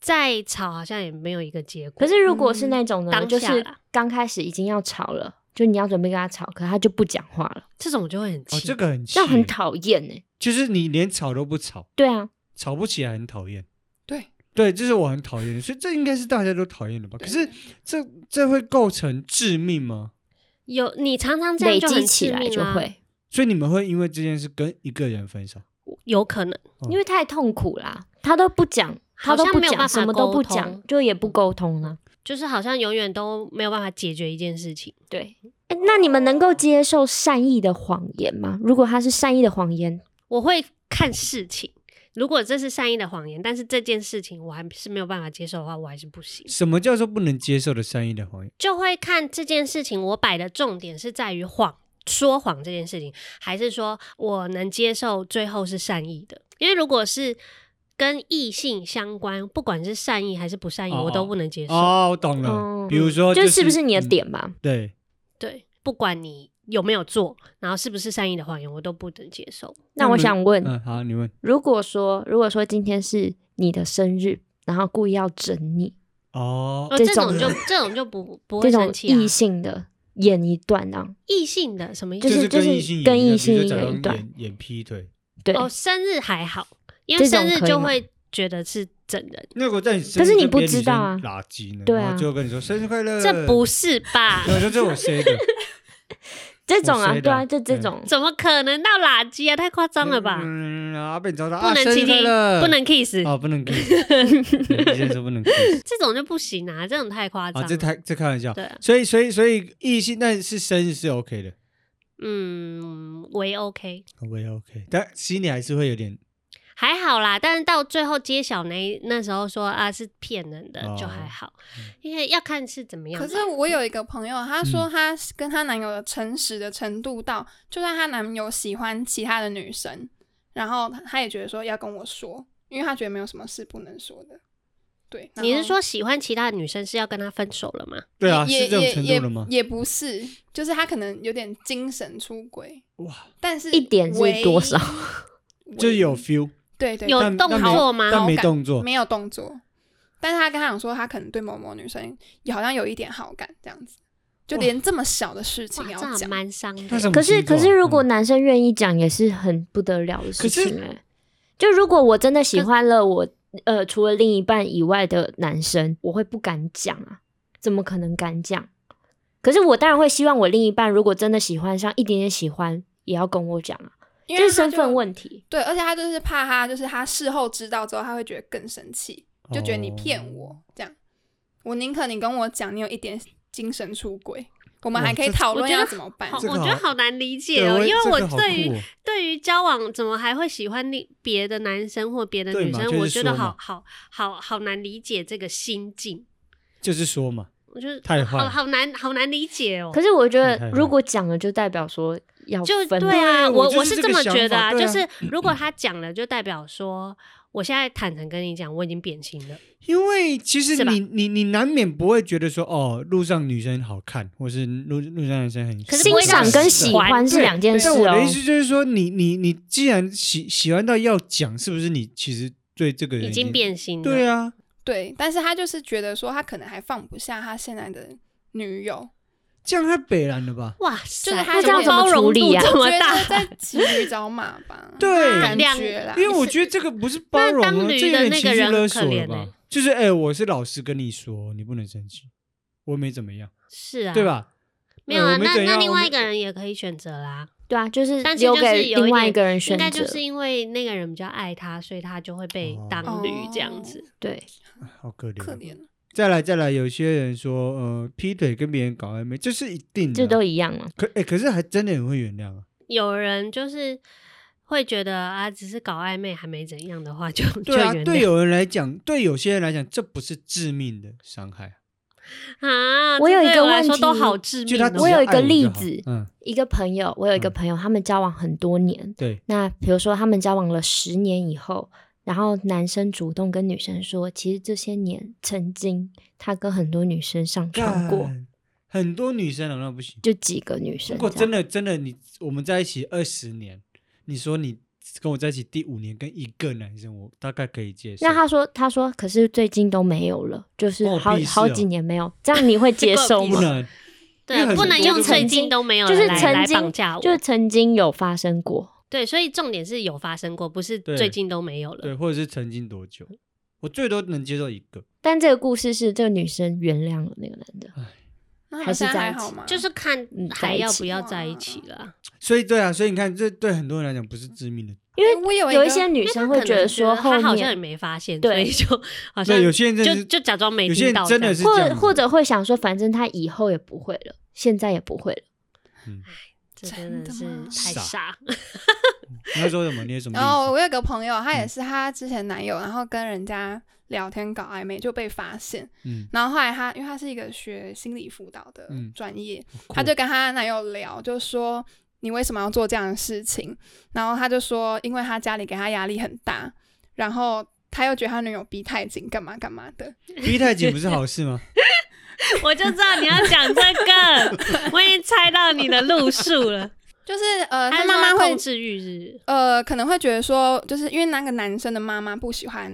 Speaker 1: 再吵，好像也没有一个结果。
Speaker 4: 可是如果是那种呢，
Speaker 1: 嗯当
Speaker 4: 就
Speaker 1: 下
Speaker 4: 是
Speaker 1: 啦
Speaker 4: 刚开始已经要吵了，就你要准备跟他吵，可他就不讲话了，
Speaker 1: 这种就会很气、
Speaker 2: 哦，这个很气
Speaker 4: 这样很讨厌哎。
Speaker 2: 就是你连吵都不吵，
Speaker 4: 对啊，
Speaker 2: 吵不起来很讨厌。
Speaker 3: 对
Speaker 2: 对，这是我很讨厌的，所以这应该是大家都讨厌的吧？可是这这会构成致命吗？
Speaker 1: 有你常常这
Speaker 4: 累
Speaker 1: 样就
Speaker 4: 积
Speaker 1: 很
Speaker 4: 起
Speaker 1: 致
Speaker 4: 来
Speaker 1: 命
Speaker 4: 就
Speaker 1: 啊，
Speaker 4: 会，
Speaker 2: 所以你们会因为这件事跟一个人分手？
Speaker 1: 有可能。
Speaker 4: 因为太痛苦啦，他都不讲，他都
Speaker 1: 好像
Speaker 4: 不
Speaker 1: 没有
Speaker 4: 讲，
Speaker 1: 办法
Speaker 4: 什么都不
Speaker 1: 沟通
Speaker 4: 讲，就也不沟通啊啦。
Speaker 1: 就是好像永远都没有办法解决一件事情。
Speaker 4: 对，哎，那你们能够接受善意的谎言吗？如果他是善意的谎言，
Speaker 1: 我会看事情，如果这是善意的谎言，但是这件事情我还是没有办法接受的话，我还是不行。
Speaker 2: 什么叫做不能接受的善意的谎言？
Speaker 1: 就会看这件事情，我摆的重点是在于谎说谎这件事情，还是说我能接受最后是善意的？因为如果是跟异性相关，不管是善意还是不善意，
Speaker 2: 哦
Speaker 1: 我都不能接受。
Speaker 2: 哦，我懂了。
Speaker 4: 嗯
Speaker 2: 比如说、，
Speaker 4: 就是是不是你的
Speaker 2: 嗯？
Speaker 4: 点吧？
Speaker 2: 对，
Speaker 1: 对，不管你有没有做，然后是不是善意的谎言，我都不能接受。
Speaker 4: 那我
Speaker 2: 你
Speaker 4: 想问，
Speaker 2: 嗯，好，你问。
Speaker 4: 如果说如果说今天是你的生日，然后故意要整你，
Speaker 2: 哦
Speaker 1: 哦，
Speaker 4: 这
Speaker 1: 这种
Speaker 4: 种
Speaker 1: 就这种就不不
Speaker 4: 这
Speaker 1: 会
Speaker 4: 种
Speaker 1: 生气啊。
Speaker 4: 异性的演一段啊，
Speaker 1: 异性的什么意思？
Speaker 4: 就
Speaker 2: 就是跟
Speaker 4: 就是
Speaker 2: 异性
Speaker 4: 跟
Speaker 2: 演一
Speaker 4: 异性
Speaker 2: 样比如说假
Speaker 4: 演
Speaker 2: 装
Speaker 4: 一段
Speaker 2: 演演劈腿。
Speaker 4: 对，
Speaker 1: 哦，生日还好，因为
Speaker 4: 这种
Speaker 1: 生日
Speaker 4: 可以
Speaker 1: 就
Speaker 4: 吗
Speaker 1: 会觉得是整人，
Speaker 2: 那我在你身
Speaker 4: 可是
Speaker 2: 边
Speaker 4: 你不
Speaker 2: 别的
Speaker 4: 知
Speaker 2: 女
Speaker 4: 道
Speaker 2: 生
Speaker 4: 啊
Speaker 2: 垃圾呢？
Speaker 4: 对
Speaker 2: 然后
Speaker 4: 啊
Speaker 2: 就跟你说生日快
Speaker 4: 呃
Speaker 2: 乐。
Speaker 1: 这不是吧？
Speaker 2: 对，就这我 say 的，
Speaker 4: 这种
Speaker 2: 我
Speaker 4: 啊，
Speaker 2: 谁的
Speaker 4: 对啊，就这
Speaker 2: 嗯
Speaker 4: 种，
Speaker 1: 怎么可能到垃圾啊？太夸张了吧！
Speaker 2: 嗯，啊，被你找到，
Speaker 1: 不能
Speaker 2: 啊、生日
Speaker 1: 亲
Speaker 2: 快
Speaker 1: 亲，
Speaker 2: 乐
Speaker 1: 不能 kiss，、
Speaker 2: 哦，不能 kiss，对先说不能 kiss
Speaker 1: 这种就不行啊，这种太夸张
Speaker 2: 啊，
Speaker 1: 了。
Speaker 2: 这开这开玩笑。
Speaker 1: 对啊，
Speaker 2: 所以所以所以异性但是生日是 OK 的，
Speaker 1: 嗯，我也 OK，
Speaker 2: 哦我也 OK，但心里还是会有点
Speaker 1: 还好啦。但是到最后揭晓那那时候说啊是骗人的，
Speaker 2: 哦
Speaker 1: 就还好
Speaker 2: 嗯，
Speaker 1: 因为要看是怎么样
Speaker 3: 可
Speaker 1: 的。
Speaker 3: 是我有一个朋友，她说她跟她男友的诚实的程度到，就算她男友喜欢其他的女生，然后她也觉得说要跟我说，因为她觉得没有什么事不能说的。对，然后
Speaker 1: 你是说喜欢其他的女生是要跟他分手了吗？
Speaker 2: 对啊，
Speaker 3: 也
Speaker 2: 是这种程度的吗？
Speaker 3: 也也也不是，就是她可能有点精神出轨，
Speaker 2: 哇，
Speaker 3: 但是
Speaker 4: 一点是
Speaker 3: 唯
Speaker 4: 多少？
Speaker 3: 唯
Speaker 2: 就有 feel，
Speaker 3: 对对
Speaker 1: 有
Speaker 2: 但
Speaker 1: 动
Speaker 2: 但没
Speaker 1: 作吗
Speaker 2: 但没
Speaker 3: 好感
Speaker 2: 动作，
Speaker 3: 没有动作，但是他跟他讲说，他可能对某某女生也好像有一点好感，这样子，就连这么小的事情
Speaker 1: 哇，
Speaker 3: 要
Speaker 1: 这还
Speaker 3: 讲，
Speaker 1: 蛮伤
Speaker 2: 那什
Speaker 1: 的。
Speaker 2: 么
Speaker 4: 可是
Speaker 2: 星座
Speaker 4: 可
Speaker 2: 啊
Speaker 4: 是如果
Speaker 2: 嗯
Speaker 4: 男生愿意讲，也是很不得了的事
Speaker 2: 可是
Speaker 4: 情哎、就如果我真的喜
Speaker 1: 可
Speaker 4: 欢了我呃除了另一半以外的男生，我会不敢讲啊，怎么可能敢讲？可是我当然会希望我另一半，如果真的喜欢上一点点喜欢，也要跟我讲啊，
Speaker 3: 因
Speaker 4: 这
Speaker 3: 为
Speaker 4: 是
Speaker 3: 他
Speaker 4: 身
Speaker 3: 就
Speaker 4: 份问题。
Speaker 3: 对，而且他就是怕他，就是他事后知道之后，他会觉得更生气，就觉得你骗我、
Speaker 2: 哦
Speaker 3: 这样。我宁可你跟我讲，你有一点精神出轨，我们
Speaker 4: 哦
Speaker 2: 哇
Speaker 3: 还可以
Speaker 2: 这
Speaker 3: 讨
Speaker 1: 我
Speaker 3: 论
Speaker 1: 觉
Speaker 3: 要
Speaker 1: 得
Speaker 3: 怎么办
Speaker 1: 好，。
Speaker 2: 这个
Speaker 1: 我觉得
Speaker 2: 好
Speaker 1: 好难理解
Speaker 2: 对
Speaker 1: 哦，
Speaker 2: 我
Speaker 1: 因为
Speaker 2: 这
Speaker 1: 我
Speaker 2: 个好
Speaker 1: 对于
Speaker 2: 酷哦
Speaker 1: 对于交往怎么还会喜欢另别的男生或别的
Speaker 2: 对
Speaker 1: 女
Speaker 2: 嘛
Speaker 1: 生，
Speaker 2: 就是
Speaker 1: 我觉
Speaker 2: 说
Speaker 1: 得
Speaker 2: 嘛
Speaker 1: 好好好好难理解这个心境，
Speaker 2: 就是说嘛，
Speaker 1: 我觉得
Speaker 2: 太坏
Speaker 1: 好
Speaker 2: 了
Speaker 1: 好难好难理解哦。
Speaker 4: 可是我觉
Speaker 2: 太
Speaker 4: 得，
Speaker 2: 好
Speaker 4: 如果讲了，就代表说要
Speaker 1: 就
Speaker 4: 分
Speaker 1: 对啊，
Speaker 2: 对
Speaker 1: 我
Speaker 2: 我就是
Speaker 1: 是
Speaker 2: 这
Speaker 1: 这
Speaker 2: 个
Speaker 1: 么
Speaker 2: 想
Speaker 1: 觉得
Speaker 2: 法对
Speaker 1: 就
Speaker 2: 啊
Speaker 1: 是如果他讲了，就代表说我现在坦诚跟你讲，我已经变心了。
Speaker 2: 因为其实
Speaker 1: 是吧
Speaker 2: 你你你难免不会觉得说哦，路上女生好看，或是路路上男生很
Speaker 1: 可是
Speaker 4: 欣
Speaker 1: 不会
Speaker 4: 赏
Speaker 1: 让
Speaker 4: 跟
Speaker 1: 你
Speaker 4: 喜
Speaker 1: 喜欢
Speaker 4: 欢是
Speaker 2: 对
Speaker 4: 两件事
Speaker 2: 但我
Speaker 4: 哦
Speaker 2: 的意。思就是说，你你你既然喜喜欢到要讲，是不是你其实对这个人
Speaker 1: 已经变心了。
Speaker 2: 对啊？
Speaker 3: 对，但是他就是觉得说，他可能还放不下他现在的女 友，
Speaker 2: 这样太北然了吧？，
Speaker 1: 哇塞，
Speaker 3: 就是他
Speaker 1: 他
Speaker 3: 这样怎么
Speaker 1: 包
Speaker 4: 处
Speaker 1: 容
Speaker 4: 理
Speaker 1: 度
Speaker 4: 啊
Speaker 1: 这
Speaker 3: 我
Speaker 1: 么
Speaker 3: 觉
Speaker 1: 大
Speaker 3: 得，在骑驴找马吧
Speaker 2: 对
Speaker 3: 感
Speaker 1: 两
Speaker 3: 觉啦，
Speaker 2: 因为我觉得这个不是包容
Speaker 1: 啊那
Speaker 2: 啊，
Speaker 1: 当驴
Speaker 2: 这有
Speaker 1: 的
Speaker 2: 点
Speaker 1: 那
Speaker 2: 情
Speaker 1: 个
Speaker 2: 绪
Speaker 1: 人
Speaker 2: 勒
Speaker 1: 很
Speaker 2: 索
Speaker 1: 可
Speaker 2: 了
Speaker 1: 怜
Speaker 2: 吧
Speaker 1: 欸？
Speaker 2: 就是哎、我是老师跟你说，你不能生气，我没怎么样，
Speaker 1: 是啊，
Speaker 2: 对？吧？
Speaker 1: 没有啊，
Speaker 2: 哎我没
Speaker 1: 那
Speaker 2: 怎
Speaker 1: 那
Speaker 2: 样
Speaker 1: 另
Speaker 2: 我
Speaker 1: 外
Speaker 2: 没
Speaker 1: 一个人也可以选择啦。
Speaker 4: 对啊，就是
Speaker 1: 但是
Speaker 4: 留
Speaker 1: 就是
Speaker 4: 给
Speaker 1: 有一
Speaker 4: 另外
Speaker 1: 点
Speaker 4: 一个人选
Speaker 1: 应
Speaker 4: 择。
Speaker 1: 该就是因为那个人比较爱他，所以他就会被
Speaker 2: 哦
Speaker 1: 当驴这样子。
Speaker 4: 对，
Speaker 2: 好可怜，啊
Speaker 3: 可怜。啊
Speaker 2: 再来再来，有些人说呃劈腿跟别人搞暧昧，这是一定的
Speaker 4: 这
Speaker 2: 啊，
Speaker 4: 都一样嘛。
Speaker 2: 可哎、可是还真的很会原谅啊。
Speaker 1: 有人就是会觉得啊，只是搞暧昧还没怎样的话， 就就
Speaker 2: 对啊，
Speaker 1: 原
Speaker 2: 对
Speaker 1: 谅
Speaker 2: 有人来讲，对有些人来讲，这不是致命的伤害，
Speaker 1: 啊。
Speaker 4: 我
Speaker 1: 这
Speaker 4: 有一
Speaker 1: 对
Speaker 4: 个
Speaker 1: 来
Speaker 4: 问
Speaker 1: 说都
Speaker 4: 题
Speaker 1: 好致
Speaker 2: 就
Speaker 1: 命
Speaker 2: 他
Speaker 1: 哦，
Speaker 2: 只
Speaker 4: 我
Speaker 2: 要
Speaker 4: 有一个
Speaker 2: 爱我就
Speaker 4: 例
Speaker 2: 好
Speaker 4: 子
Speaker 2: 嗯，
Speaker 4: 一个朋友，我有一个
Speaker 2: 嗯
Speaker 4: 朋友，他们交往很多年。
Speaker 2: 对，
Speaker 4: 那比如说他们交往了十年以后，然后男生主动跟女生说，其实这些年曾经他跟很多女生上床过，
Speaker 2: 干很多女生难道不行？
Speaker 4: 就几个女
Speaker 2: 如
Speaker 4: 生这
Speaker 2: 果
Speaker 4: 样。
Speaker 2: 真的真的你我们在一起二十年，你说你跟我在一起第五年跟一个男生，我大概可以接受。
Speaker 4: 那他说，他说，可是最近都没有了，就是
Speaker 2: 哦
Speaker 4: 好、
Speaker 2: 屁事
Speaker 4: 好
Speaker 2: 哦
Speaker 4: 几年没有，这样你会接受
Speaker 1: 关我屁
Speaker 4: 吗
Speaker 2: 不
Speaker 1: 事？
Speaker 2: 能，因为
Speaker 1: 对，啊
Speaker 2: 很
Speaker 1: 不能用最
Speaker 4: 多
Speaker 1: 近
Speaker 4: 曾经
Speaker 1: 都没有
Speaker 4: 就是
Speaker 1: 人来
Speaker 4: 曾
Speaker 1: 来
Speaker 4: 经
Speaker 1: 绑架我，
Speaker 4: 就曾经有发生过。
Speaker 1: 对，所以重点是有发生过，不是
Speaker 2: 对
Speaker 1: 最近都没有了。
Speaker 2: 对，或者是曾经多久，我最多能接受一个。
Speaker 4: 但这个故事是这个女生原谅了那个男的，
Speaker 3: 那他
Speaker 4: 还
Speaker 3: 们
Speaker 4: 是
Speaker 3: 现在
Speaker 4: 在
Speaker 3: 还
Speaker 4: 一起
Speaker 3: 好吗？
Speaker 1: 就是看
Speaker 4: 嗯在
Speaker 1: 还
Speaker 4: 一
Speaker 1: 要
Speaker 4: 起
Speaker 1: 不要在一起了。
Speaker 2: 所以对啊，所以你看，这对很多人来讲不是致命的，
Speaker 4: 因为
Speaker 3: 哎我有
Speaker 4: 有
Speaker 3: 一
Speaker 4: 一些女
Speaker 1: 因为他
Speaker 4: 生会
Speaker 1: 可
Speaker 4: 觉
Speaker 1: 能
Speaker 4: 得说后
Speaker 1: 他好像也
Speaker 4: 面，
Speaker 1: 没发现，
Speaker 4: 对
Speaker 1: 所以就好像
Speaker 2: 对，有些人真的
Speaker 1: 就是就假装没
Speaker 2: 有些
Speaker 1: 听
Speaker 2: 人
Speaker 1: 到这
Speaker 2: 真
Speaker 1: 样，
Speaker 2: 的是这
Speaker 4: 或
Speaker 2: 样
Speaker 4: 或
Speaker 2: 子
Speaker 4: 者会想说，反正他以后也不会了，现在也不会了。
Speaker 1: 这真的
Speaker 3: 真
Speaker 1: 是
Speaker 3: 的吗
Speaker 1: 太
Speaker 2: 傻
Speaker 1: 傻。
Speaker 2: 你要说什么？你有什 么
Speaker 3: 然后
Speaker 1: 哦
Speaker 2: 例
Speaker 3: 哦我有个朋友，
Speaker 4: 嗯
Speaker 3: 她也是她之前男友，然后跟人家聊天搞暧昧就被发现，
Speaker 2: 子？ 嗯，
Speaker 3: 然后后来她因为她是一个学心理辅导的
Speaker 2: 嗯
Speaker 3: 专业，
Speaker 2: 酷
Speaker 3: 她就跟她男友聊，就说你为什么要做这样的事情？然后她就说，因为她家里给她压力很大，然后她又觉得她女友逼太紧，干嘛干嘛的。
Speaker 2: 逼太紧不是好事吗？
Speaker 1: 我就知道你要讲这 个，我已经猜到你的路数了。
Speaker 3: 就是呃，
Speaker 1: 他
Speaker 3: 她妈妈会
Speaker 1: 控制欲是
Speaker 3: 呃，可能会觉得说，就是因为那个男生的妈妈不喜欢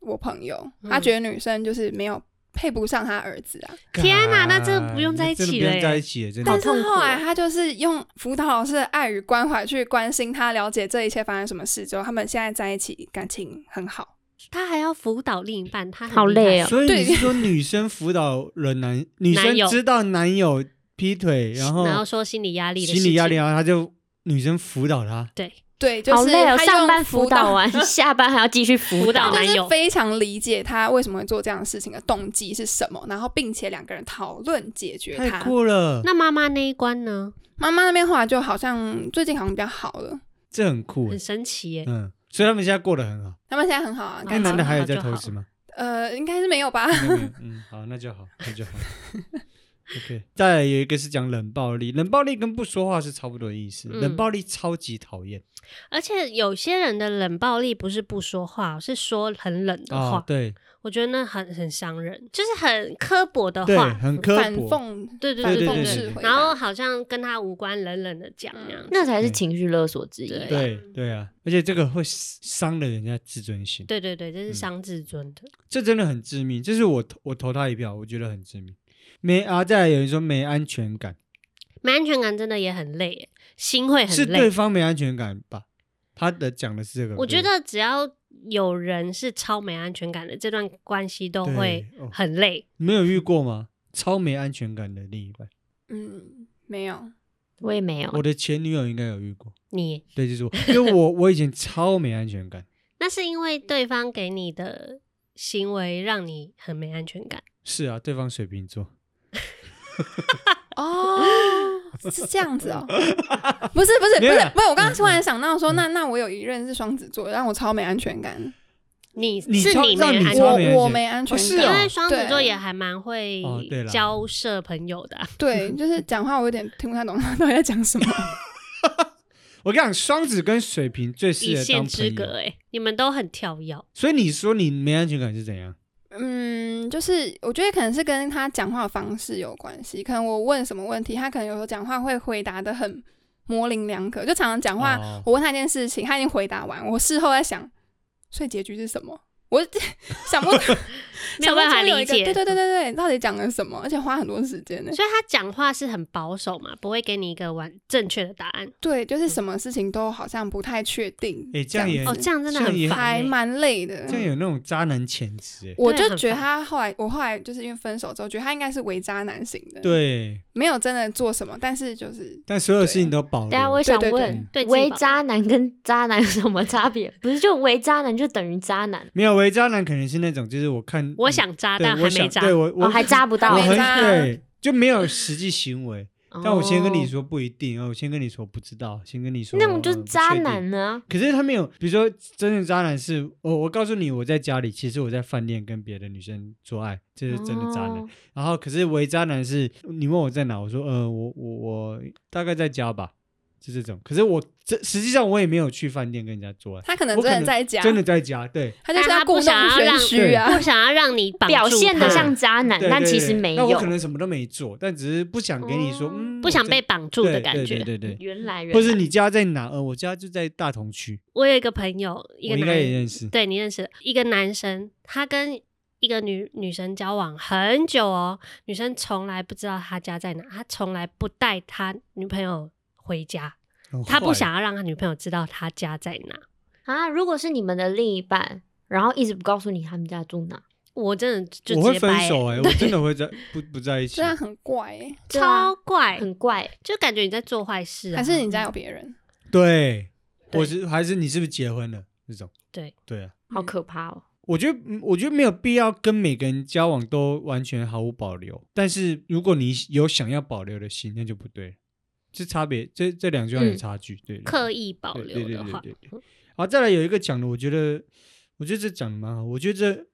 Speaker 3: 我朋友，她
Speaker 1: 嗯
Speaker 3: 觉得女生就是没有配不上她儿子啊。
Speaker 1: 天哪那这
Speaker 2: 干
Speaker 1: 不用在一
Speaker 2: 真的
Speaker 1: 起
Speaker 2: 不
Speaker 1: 了
Speaker 2: 用在
Speaker 1: 耶
Speaker 2: 一起耶，真的
Speaker 3: 但
Speaker 4: 好
Speaker 3: 是
Speaker 4: 痛苦
Speaker 3: 后
Speaker 4: 哦
Speaker 3: 来她就是用辅导老师的爱与关怀去关心她，了解这一切发生什么事之后，他们现在在一起，感情很好。
Speaker 1: 他还要辅导另一半，他很
Speaker 4: 好
Speaker 1: 厉害
Speaker 4: 累哦
Speaker 2: 所以你
Speaker 3: 对
Speaker 2: 是说女生辅导 了男女
Speaker 1: 男
Speaker 2: 生
Speaker 1: 友
Speaker 2: 知道男友劈腿，然后
Speaker 1: 然后说心理压力的
Speaker 2: 心理压力，
Speaker 1: 事情
Speaker 2: 啊然后他就女生辅导他，
Speaker 1: 对，
Speaker 3: 对，就
Speaker 4: 好
Speaker 3: 是
Speaker 4: 累哦，
Speaker 3: 她
Speaker 4: 上班
Speaker 3: 用
Speaker 4: 辅导
Speaker 3: 导
Speaker 4: 完，下班还要继续辅
Speaker 1: 辅导
Speaker 4: 导。
Speaker 1: 男
Speaker 3: 就是
Speaker 1: 友
Speaker 3: 非常理解他为什么会做这样的事情的动机是什么，然后并且两个人讨论解决
Speaker 2: 太
Speaker 3: 它。
Speaker 2: 酷了，
Speaker 1: 那妈妈那一关呢，
Speaker 3: 妈妈那边后来就好像最近好像比较好了，
Speaker 2: 这很酷
Speaker 1: 很
Speaker 2: 耶，
Speaker 1: 神奇耶。
Speaker 2: 嗯，所以他们现在过得很好。
Speaker 3: 他们现在很好
Speaker 1: 那
Speaker 3: 啊，
Speaker 4: 嗯
Speaker 2: 那
Speaker 3: 感
Speaker 2: 男
Speaker 3: 情
Speaker 2: 的还有
Speaker 1: 好
Speaker 2: 在
Speaker 1: 就
Speaker 2: 偷
Speaker 1: 好
Speaker 2: 吃吗？
Speaker 3: 呃应该是没 有吧。
Speaker 2: 应该没有嗯，好，那就好，那就好。OK，再来有一个是讲冷暴力，冷暴力跟不说话是差不多的意思，
Speaker 1: 嗯
Speaker 2: 冷暴力超级讨厌
Speaker 1: 而且有些人的冷暴力不是不说话，是说很冷的
Speaker 2: 啊，
Speaker 1: 话，
Speaker 2: 对
Speaker 1: 我觉得那很很伤人，就是很刻薄的
Speaker 2: 对，
Speaker 1: 话，
Speaker 2: 很
Speaker 3: 反
Speaker 2: 刻薄，
Speaker 3: 讽
Speaker 1: 对对
Speaker 3: 反
Speaker 1: 对
Speaker 3: 讽
Speaker 1: 对
Speaker 3: 式
Speaker 1: 对，
Speaker 3: 回答，
Speaker 1: 然后好像跟他无关，冷冷的讲那样子。
Speaker 4: 那才是
Speaker 2: 嗯
Speaker 4: 情绪勒索之一。
Speaker 1: 对
Speaker 2: 对对啊，而且这个会伤了人家自尊心，
Speaker 1: 对对对，这是
Speaker 2: 嗯
Speaker 1: 伤自尊的。
Speaker 2: 这真的很致命。这是我投我投他一票，我觉得很致命。没啊，再来有人说没安全感，
Speaker 1: 没安全感真的也很累耶，心会
Speaker 2: 是
Speaker 1: 很
Speaker 2: 对
Speaker 1: 累。
Speaker 2: 方没安全感吧？他的讲的是这个，
Speaker 1: 我觉
Speaker 2: 对
Speaker 1: 得只要有人是超没安全感的，这段关系都
Speaker 2: 对
Speaker 1: 会
Speaker 2: 哦
Speaker 1: 很累。
Speaker 2: 你们有遇过吗？超没安全感的另一半，
Speaker 3: 嗯，没有，
Speaker 4: 我也
Speaker 1: 哦
Speaker 4: 没有
Speaker 2: 我的前女友应该有遇过。
Speaker 1: 你
Speaker 2: 对，就是我，因为我我以前超没安全感，
Speaker 1: 那是因为对方给你的行为让你很没安全感。
Speaker 2: 是啊，对方水瓶座，
Speaker 3: 哦，是这样子哦，不是不是不
Speaker 2: 没有
Speaker 3: 是
Speaker 2: 啦
Speaker 3: 不是，我刚刚突然想到说，那那我有一任是双子座，让我超没安全感，
Speaker 1: 你
Speaker 2: 你
Speaker 1: 是
Speaker 2: 超
Speaker 1: 没
Speaker 2: 让你
Speaker 1: 安全
Speaker 2: 超
Speaker 1: 感，
Speaker 2: 没安全
Speaker 3: 我我没安全
Speaker 2: 哦是
Speaker 1: 因
Speaker 2: 哦
Speaker 3: 感，
Speaker 1: 为双子座
Speaker 3: 对
Speaker 1: 也还蛮会
Speaker 2: 哦对啦
Speaker 1: 交涉朋友的啊、
Speaker 3: 对，就是讲话我有点听不太懂他到底在讲什么，
Speaker 2: 我跟你讲，双子跟水瓶最适
Speaker 1: 一
Speaker 2: 合
Speaker 1: 线
Speaker 2: 当
Speaker 1: 之
Speaker 2: 朋
Speaker 1: 隔
Speaker 2: 友。
Speaker 1: 哎、你们都很跳跃。
Speaker 2: 所以你说你没安全感是怎样？
Speaker 3: 嗯，就是我觉得可能是跟他讲话的方式有关系，可能我问什么问题，他可能有时候讲话会回答的很模棱两可，就常常讲话，
Speaker 1: 嗯
Speaker 2: 哦
Speaker 3: 我问他一件事情，他已经回答完，我事后在想，所以结局是什么？我 想 不
Speaker 1: 没有办法
Speaker 3: 想不出
Speaker 1: 理
Speaker 3: 一个
Speaker 1: 解
Speaker 3: 对对对对对，到底讲了什么？而且花很多时间呢。
Speaker 1: 所以他讲话是很保守嘛，不会给你一个完正确的答案。
Speaker 3: 对，就是什么事情都好像不太确定。
Speaker 2: 诶这样也
Speaker 1: 哦，
Speaker 3: 子
Speaker 1: 嗯这样真的
Speaker 2: 这样
Speaker 1: 很
Speaker 2: 也
Speaker 1: 烦、
Speaker 3: 还
Speaker 1: 欸。
Speaker 3: 蛮累的
Speaker 2: 这。样有那种渣男潜质、欸。
Speaker 3: 我
Speaker 1: 对
Speaker 3: 就
Speaker 1: 很
Speaker 3: 觉得
Speaker 1: 烦
Speaker 3: 他后来，我后来就是因为分手之后，觉得他应该是伪渣男型的，，
Speaker 2: 对，
Speaker 3: 没有真的做什么，但是就是
Speaker 2: 但所有事情都保
Speaker 4: 大家啊我
Speaker 2: 留。
Speaker 4: 想
Speaker 3: 对对
Speaker 4: 问，
Speaker 1: 对对
Speaker 4: 伪
Speaker 1: 自己
Speaker 4: 渣男跟渣男有什么差别？不是就伪渣男就等于渣男，
Speaker 2: 没有伪渣男，可能是那种就是我看
Speaker 1: 我想渣，
Speaker 2: 对
Speaker 1: 但还
Speaker 2: 我
Speaker 1: 没
Speaker 2: 想
Speaker 1: 渣。
Speaker 2: 对我我、
Speaker 4: 哦，还渣不
Speaker 2: 我
Speaker 4: 到
Speaker 3: 还。没
Speaker 2: 很
Speaker 3: 渣
Speaker 2: 对，就没有实际行为。但我先跟你
Speaker 4: 哦，
Speaker 2: 说不一定，哦，我先跟你说不知道，先跟你说
Speaker 4: 那种就
Speaker 2: 呃
Speaker 4: 是
Speaker 2: 不
Speaker 4: 渣
Speaker 2: 确定
Speaker 4: 男啊呢？
Speaker 2: 可是他没有，比如说真正渣男是，我、我告诉你，我在家里，其实我在饭店跟别的女生做爱，这是真的渣男。
Speaker 4: 哦
Speaker 2: 然后可是伪渣男是，你问我在哪，我说呃，我我我大概在家吧，是这种。可是我这实际上我也没有去饭店跟人家做爱，
Speaker 3: 他可能
Speaker 2: 我可
Speaker 3: 真的
Speaker 2: 能
Speaker 3: 在家，
Speaker 2: 真的在家，对。
Speaker 3: 他就是
Speaker 1: 啊但他
Speaker 3: 故
Speaker 1: 不
Speaker 3: 弄
Speaker 1: 想要
Speaker 3: 玄
Speaker 1: 让
Speaker 3: 虚啊，
Speaker 1: 不想要让你绑
Speaker 4: 表
Speaker 1: 住
Speaker 4: 现的
Speaker 1: 他
Speaker 4: 像渣男，
Speaker 2: 对
Speaker 4: 但
Speaker 2: 对
Speaker 4: 其
Speaker 2: 对
Speaker 4: 实没
Speaker 2: 那我
Speaker 4: 有
Speaker 2: 可，能什么都没做，但只是不想给你说，
Speaker 4: 哦
Speaker 2: 嗯，
Speaker 1: 不
Speaker 2: 我
Speaker 1: 想
Speaker 2: 在
Speaker 1: 被绑住的
Speaker 2: 对
Speaker 1: 感
Speaker 2: 对
Speaker 1: 觉。
Speaker 2: 对对对，
Speaker 4: 原来原
Speaker 2: 或是
Speaker 4: 来
Speaker 2: 你家在哪？呃，我家就在大同区，
Speaker 1: 我有一个朋友，一
Speaker 2: 我
Speaker 1: 个
Speaker 2: 应
Speaker 1: 男
Speaker 2: 该也
Speaker 1: 人，
Speaker 2: 认识。
Speaker 1: 对你认识的一个男生，他跟一个女女生交往很久哦，女生从来不知道他家在哪，他从来不带他女朋友回家，
Speaker 2: 很
Speaker 1: 他不
Speaker 2: 坏
Speaker 1: 想要让他女朋友知道他家在哪。
Speaker 4: 啊，如果是你们的另一半，然后一直不告诉你他们家住哪，
Speaker 1: 我真的就
Speaker 2: 我
Speaker 1: 直
Speaker 2: 会
Speaker 1: 接
Speaker 2: 分
Speaker 1: 掰啊欸
Speaker 2: 手哎、我真的会在不不在一起
Speaker 3: 这。样很怪欸
Speaker 4: 对啊
Speaker 1: 超怪，
Speaker 4: 很怪。
Speaker 1: 就感觉你在做坏事、啊，
Speaker 3: 还是你家有别人？
Speaker 2: 对，
Speaker 1: 对
Speaker 2: 我是还是你是不是结婚了这种？
Speaker 1: 对
Speaker 2: 对啊，
Speaker 4: 好可怕哦！
Speaker 2: 我觉得嗯我觉得没有必要跟每个人交往都完全毫无保留，但是如果你有想要保留的心，那就不对了。这差别，这这两句话有
Speaker 4: 嗯
Speaker 2: 差距，对。
Speaker 1: 刻意保
Speaker 2: 对对
Speaker 1: 留
Speaker 2: 对
Speaker 1: 的
Speaker 2: 对
Speaker 1: 话
Speaker 2: 对，好，再来有一个讲的，我觉得，我觉得这讲的蛮好。我觉得这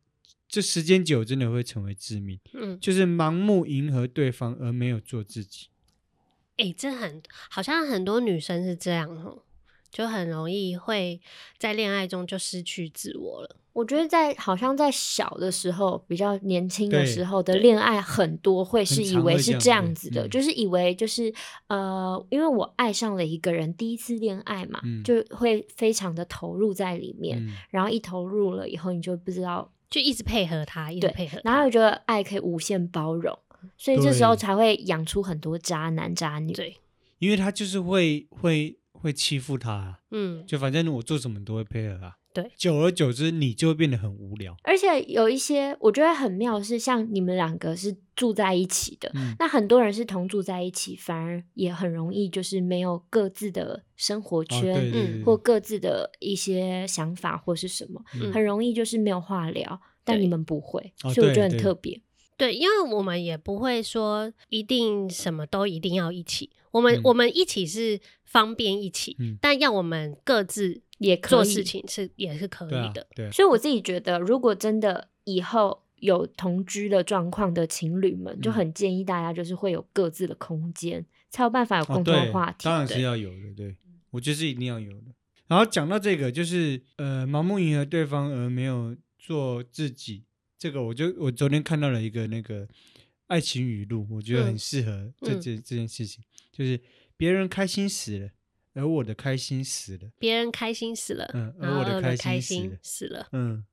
Speaker 2: 这时间久真的会成为致命，
Speaker 1: 嗯，
Speaker 2: 就是盲目迎合对方而没有做自己。
Speaker 1: 哎、这很好像很多女生是这样哦，就很容易会在恋爱中就失去自我了。
Speaker 4: 我觉得在好像在小的时候，比较年轻的
Speaker 2: 对
Speaker 4: 时候的
Speaker 1: 对
Speaker 4: 恋爱，很多会是
Speaker 2: 很
Speaker 4: 以
Speaker 2: 常
Speaker 4: 为
Speaker 2: 会
Speaker 4: 是
Speaker 2: 这
Speaker 4: 这
Speaker 2: 样
Speaker 4: 样
Speaker 2: 对
Speaker 4: 子的，
Speaker 2: 嗯
Speaker 4: 就是以为就是呃，因为我爱上了一个人，第一次恋爱嘛，
Speaker 2: 嗯
Speaker 4: 就会非常的投入在里面，
Speaker 2: 嗯，
Speaker 4: 然后一投入了以后，你就不知道
Speaker 1: 就一直配合他，一直
Speaker 4: 对
Speaker 1: 配合他，
Speaker 4: 然后我觉得爱可以无限包容，所以这时候
Speaker 2: 对
Speaker 4: 才会养出很多渣男渣女。
Speaker 1: 对，
Speaker 2: 因为他就是会会会欺负他、啊，
Speaker 1: 嗯，
Speaker 2: 就反正我做什么你都会配合啊。
Speaker 1: 对，
Speaker 2: 久而久之，你就会变得很无聊。
Speaker 4: 而且有一些我觉得很妙是，像你们两个是住在一起的，
Speaker 2: 嗯，
Speaker 4: 那很多人是同住在一起，反而也很容易就是没有各自的生活
Speaker 2: 哦，对对
Speaker 4: 圈、
Speaker 2: 对
Speaker 1: 嗯
Speaker 2: 对
Speaker 4: 或各自的一些想法或是什么，
Speaker 2: 嗯
Speaker 4: 很容易就是没有话聊。但
Speaker 1: 对
Speaker 4: 你们不会，
Speaker 2: 哦
Speaker 4: 所以我
Speaker 2: 对
Speaker 4: 觉得很
Speaker 2: 对
Speaker 4: 特别。
Speaker 1: 对，因为我们也不会说一定什么都一定要一起，我们、
Speaker 2: 嗯
Speaker 1: 我们一起是方便一起，
Speaker 2: 嗯
Speaker 1: 但要我们各自
Speaker 4: 也可
Speaker 1: 做
Speaker 4: 以
Speaker 1: 事情是也是可
Speaker 2: 对啊
Speaker 1: 以的，，
Speaker 2: 对啊，
Speaker 4: 所以我自己觉得，如果真的以后有同居的状况的情侣们，就
Speaker 2: 嗯
Speaker 4: 很建议大家就是会有各自的空间，才有办法有
Speaker 2: 哦
Speaker 4: 共
Speaker 2: 对
Speaker 4: 同话题。
Speaker 2: 当然是
Speaker 4: 对
Speaker 2: 要有的，对，我觉得是一定要有的。然后讲到这个，就是呃，盲目迎合对方而没有做自己，这个我就我昨天看到了一个那个爱情语录，我觉得很
Speaker 1: 嗯
Speaker 2: 适合这
Speaker 1: 嗯
Speaker 2: 这、这件事情，就是别人开心死了，而我的开心死了，
Speaker 1: 别人开心死了，
Speaker 2: 嗯而
Speaker 1: 然后
Speaker 2: 我的
Speaker 1: 饿
Speaker 2: 开
Speaker 1: 了
Speaker 2: 心
Speaker 1: 开
Speaker 2: 死
Speaker 1: 心
Speaker 2: 了
Speaker 1: 死了，
Speaker 2: 嗯，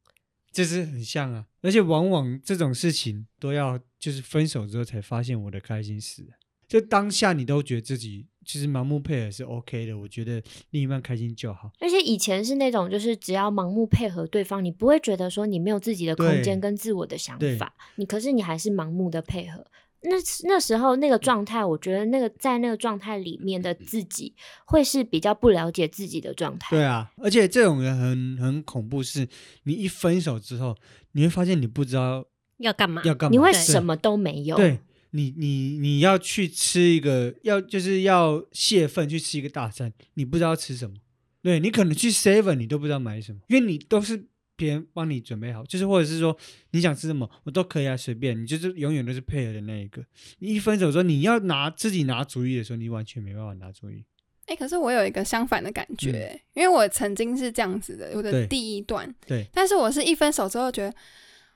Speaker 2: 这是很像啊。而且往往这种事情都要就是分手之后才发现我的开心死了，就当下你都觉得自己其实盲目配合是 OK 的，我觉得另一半开心就好。
Speaker 4: 而且以前是那种，就是只要盲目配合对方，你不会觉得说你没有自己的空
Speaker 2: 对
Speaker 4: 间跟自我的想
Speaker 2: 对
Speaker 4: 法，你可是你还是盲目的配合。那那时候那个状态，我觉得那个在那个状态里面的自己，会是比较不了解自己的状态。
Speaker 2: 对啊，而且这种人很很恐怖是，你一分手之后，你会发现你不知道
Speaker 1: 要干嘛？
Speaker 2: 要干嘛，
Speaker 4: 你会
Speaker 1: 对
Speaker 4: 什么都没有。
Speaker 2: 对？对你，你你要去吃一个，要就是要泄愤去吃一个大餐，你不知道吃什么，对你可能去 seven 你都不知道买什么，因为你都是别人帮你准备好，就是或者是说你想吃什么我都可以啊，随便，你就是永远都是配合的那一个。你一分手之后，你要拿自己拿主意的时候，你完全没办法拿主意。
Speaker 3: 哎、可是我有一个相反的感觉欸、因为我曾经是这样子的，我
Speaker 2: 嗯对
Speaker 3: 的第一段，
Speaker 2: 对
Speaker 3: 但是我是一分手之后觉得，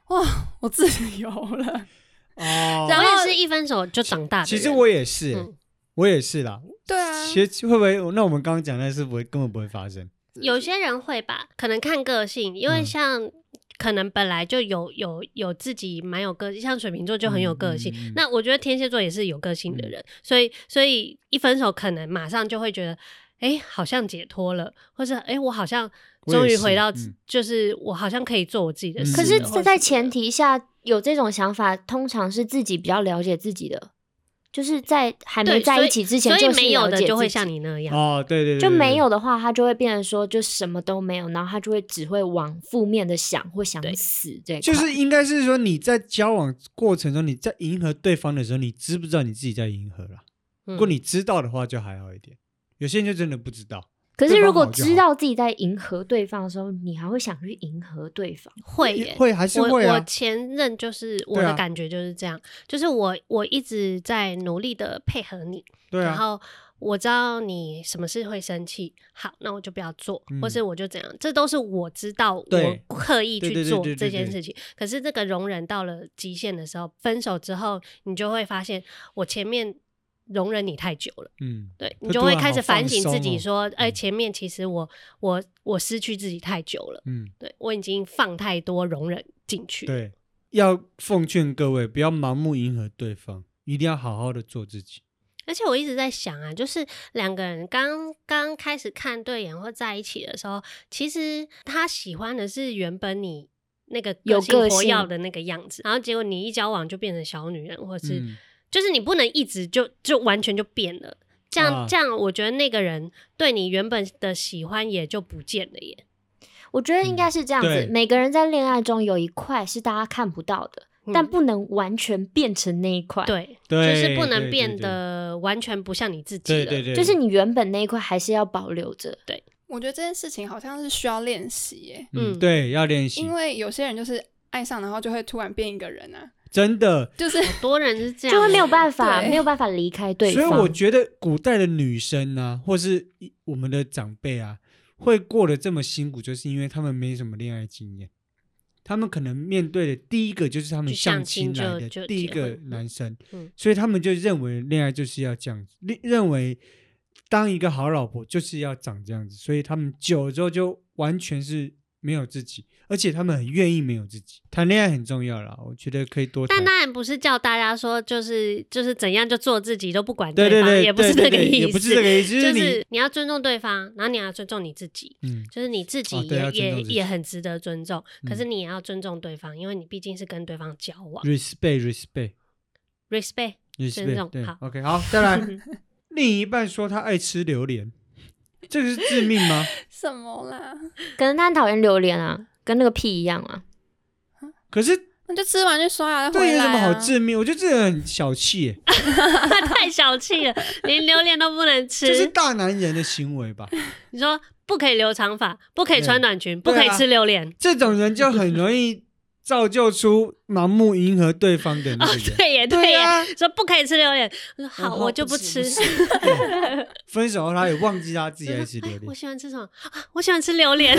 Speaker 3: 哇，我自由了，
Speaker 2: 哦
Speaker 3: 然
Speaker 1: 我
Speaker 3: 后
Speaker 1: 也是一分手就长大的
Speaker 2: 其实
Speaker 1: 人
Speaker 2: 我也是、欸
Speaker 1: 嗯
Speaker 2: 我也是啦，
Speaker 3: 对啊，
Speaker 2: 其实会不会？那我们刚刚讲的是不会，根本不会发生。
Speaker 1: 有些人会吧，可能看个性，因为
Speaker 2: 嗯
Speaker 1: 像可能本来就有有有自己蛮有个性，像水瓶座就很有个性。
Speaker 2: 嗯嗯嗯嗯
Speaker 1: 那我觉得天蝎座也是有个性的人，所以所以一分手可能马上就会觉得，哎、好像解脱了，或是哎、诶我好像终
Speaker 2: 我也
Speaker 1: 于
Speaker 2: 是
Speaker 1: 回到，
Speaker 2: 嗯
Speaker 1: 就是我好像可以做我自己的
Speaker 2: 嗯
Speaker 1: 事
Speaker 4: 可
Speaker 1: 了。
Speaker 4: 是
Speaker 1: 或
Speaker 4: 这
Speaker 1: 什么
Speaker 4: 在前
Speaker 1: 的，
Speaker 4: 提下有这种想法，通常是自己比较了解自己的，就是在还没
Speaker 1: 对
Speaker 4: 在
Speaker 1: 所
Speaker 4: 一
Speaker 1: 以
Speaker 4: 起之前，
Speaker 1: 所
Speaker 4: 就
Speaker 1: 以
Speaker 4: 是
Speaker 1: 没有
Speaker 4: 了
Speaker 1: 的
Speaker 4: 解
Speaker 1: 就会
Speaker 4: 自己
Speaker 1: 像你那样，
Speaker 2: 哦，对对对，
Speaker 4: 就
Speaker 2: 对
Speaker 4: 没有。的话，他就会变成说就什么都没有，然后他就会只会往负面的想或想
Speaker 1: 对
Speaker 4: 死这一块。
Speaker 2: 就是应该是说你在交往过程中，你在迎合对方的时候，你知不知道你自己在迎合啦？如果
Speaker 1: 嗯
Speaker 2: 你知道的话，就还好一点。有些人就真的不知道，
Speaker 4: 可
Speaker 2: 对
Speaker 4: 是
Speaker 2: 方
Speaker 4: 如果
Speaker 2: 好就
Speaker 4: 知
Speaker 2: 好
Speaker 4: 道自己在迎合对方的时候，你还会想去迎合对方。
Speaker 1: 会耶
Speaker 2: 会还是
Speaker 1: 我
Speaker 2: 会
Speaker 1: 我
Speaker 2: 啊。
Speaker 1: 前任就是我
Speaker 2: 对
Speaker 1: 的
Speaker 2: 啊
Speaker 1: 感觉就是这样，就是我我一直在努力的配合你，
Speaker 2: 对
Speaker 1: 然
Speaker 2: 啊，
Speaker 1: 后我知道你什么事会生气，好，那我就不要做，或
Speaker 2: 嗯
Speaker 1: 是我就怎样，这都是我知道我
Speaker 2: 对
Speaker 1: 刻意
Speaker 2: 对对
Speaker 1: 去
Speaker 2: 对
Speaker 1: 做
Speaker 2: 对对
Speaker 1: 这件
Speaker 2: 对
Speaker 1: 事情。可是这个容忍到了极限的时候，分手之后，你就会发现我前面容忍你太久了，
Speaker 2: 嗯，
Speaker 1: 对你
Speaker 2: 会
Speaker 1: 就
Speaker 2: 突
Speaker 1: 会
Speaker 2: 然
Speaker 1: 开
Speaker 2: 好
Speaker 1: 始
Speaker 2: 放
Speaker 1: 反省自
Speaker 2: 松
Speaker 1: 己，
Speaker 2: 哦
Speaker 1: 说，哎，
Speaker 2: 嗯
Speaker 1: 前面其实我我我失去自己太久了，
Speaker 2: 嗯，
Speaker 1: 对我已经放太多容忍进去，
Speaker 2: 对。要奉劝各位不要盲目迎合对方，一定要好好的做自己。
Speaker 1: 而且我一直在想啊，就是两个人刚刚开始看对眼或在一起的时候，其实他喜欢的是原本你那个
Speaker 4: 有个
Speaker 1: 活
Speaker 4: 性
Speaker 1: 要的那个样子，然后结果你一交往就变成小女人，或是、
Speaker 2: 嗯，
Speaker 1: 就是你不能一直就就完全就变了。这样、
Speaker 2: 啊
Speaker 1: 这样，我觉得那个人对你原本的喜欢也就不见了耶。
Speaker 4: 我觉得应该是这样子，
Speaker 2: 嗯对
Speaker 4: 每个人在恋爱中有一块是大家看不到的，但
Speaker 1: 嗯
Speaker 4: 不能完全变成那一块。，
Speaker 1: 对，
Speaker 2: 对，
Speaker 1: 就是不
Speaker 2: 对
Speaker 1: 能变。得完全不像你自己了。
Speaker 2: 对对对，对
Speaker 4: 就是你原本那一块还是要保留着。
Speaker 3: 我觉得这件事情好像是需要练习耶，
Speaker 2: 嗯，
Speaker 1: 嗯
Speaker 2: 对，要练习
Speaker 3: 因，为有些人就是爱上，然后就会突然变一个人啊，
Speaker 2: 真的。
Speaker 3: 就是
Speaker 1: 好多人是这样，
Speaker 4: 就会没有办法，
Speaker 3: 对
Speaker 4: 没有办法离开对
Speaker 2: 所
Speaker 4: 方。
Speaker 2: 以我觉得古代的女生啊，或是一我们的长辈啊，会过得这么辛苦，就是因为他们没什么恋爱经验。他们可能面对的第一个就是他们
Speaker 1: 就相
Speaker 2: 相亲
Speaker 1: 亲
Speaker 2: 来
Speaker 1: 就
Speaker 2: 的
Speaker 1: 就
Speaker 2: 第一
Speaker 1: 结
Speaker 2: 个
Speaker 1: 婚
Speaker 2: 男生
Speaker 1: 嗯，
Speaker 2: 所以他们就认为恋爱就是要这样子，认认为当一个好老婆就是要长这样子，所以他们久了之后就完全是没有自己，而且他们很愿意没有自己。谈恋爱很重要啦，我觉得可以多谈。
Speaker 1: 但当然不是叫大家说就是就是怎样就做自己都不管
Speaker 2: 对
Speaker 1: 方，
Speaker 2: 对，
Speaker 1: 也不是
Speaker 2: 对
Speaker 1: 这
Speaker 2: 对
Speaker 1: 个
Speaker 2: 对
Speaker 1: 意思，
Speaker 2: 也不是这个意思，
Speaker 1: 就
Speaker 2: 你
Speaker 1: 是你要尊重对方，然后你要尊重你自己，
Speaker 2: 嗯，
Speaker 1: 就是你自己
Speaker 2: 哦对
Speaker 1: 也、
Speaker 2: 要尊
Speaker 1: 也
Speaker 2: 重自己
Speaker 1: 也很值得尊重，
Speaker 2: 嗯
Speaker 1: 可是你也要尊重对方，因为你毕竟是跟对方交往
Speaker 2: respect respect
Speaker 1: ，respect。尊 重
Speaker 2: respect，对
Speaker 1: 好
Speaker 2: ，OK，好，再来。 另一半说他爱吃榴莲，这个是致命吗？
Speaker 3: 什么啦？
Speaker 4: 可能他很讨厌榴莲啊，跟那个屁一样啊。
Speaker 2: 可是
Speaker 3: 那就吃完就刷牙再
Speaker 2: 对
Speaker 3: 回
Speaker 2: 有
Speaker 3: 来、
Speaker 2: 什
Speaker 3: 啊。
Speaker 2: 么好致命？我觉得这个人很小气耶，
Speaker 1: 太小气了，连榴莲都不能吃。
Speaker 2: 这是大男人的行 为吧？
Speaker 1: 你说不可以留长发，不可以
Speaker 2: 对
Speaker 1: 穿短裙，不
Speaker 2: 对
Speaker 1: 可以
Speaker 2: 啊
Speaker 1: 吃榴莲。
Speaker 2: 这种人就很容易造就出盲目迎合对方的那
Speaker 1: 哦
Speaker 2: 个人。，
Speaker 1: 对耶，
Speaker 2: 对
Speaker 1: 耶，
Speaker 2: 啊
Speaker 1: 说不可以吃榴莲。我说
Speaker 2: 嗯
Speaker 1: 好，我就
Speaker 2: 不
Speaker 1: 吃。
Speaker 2: 不 对分手后，他也忘记他自己爱吃榴
Speaker 1: 我
Speaker 2: 莲
Speaker 1: 喜欢吃什么啊？我喜欢吃榴 莲。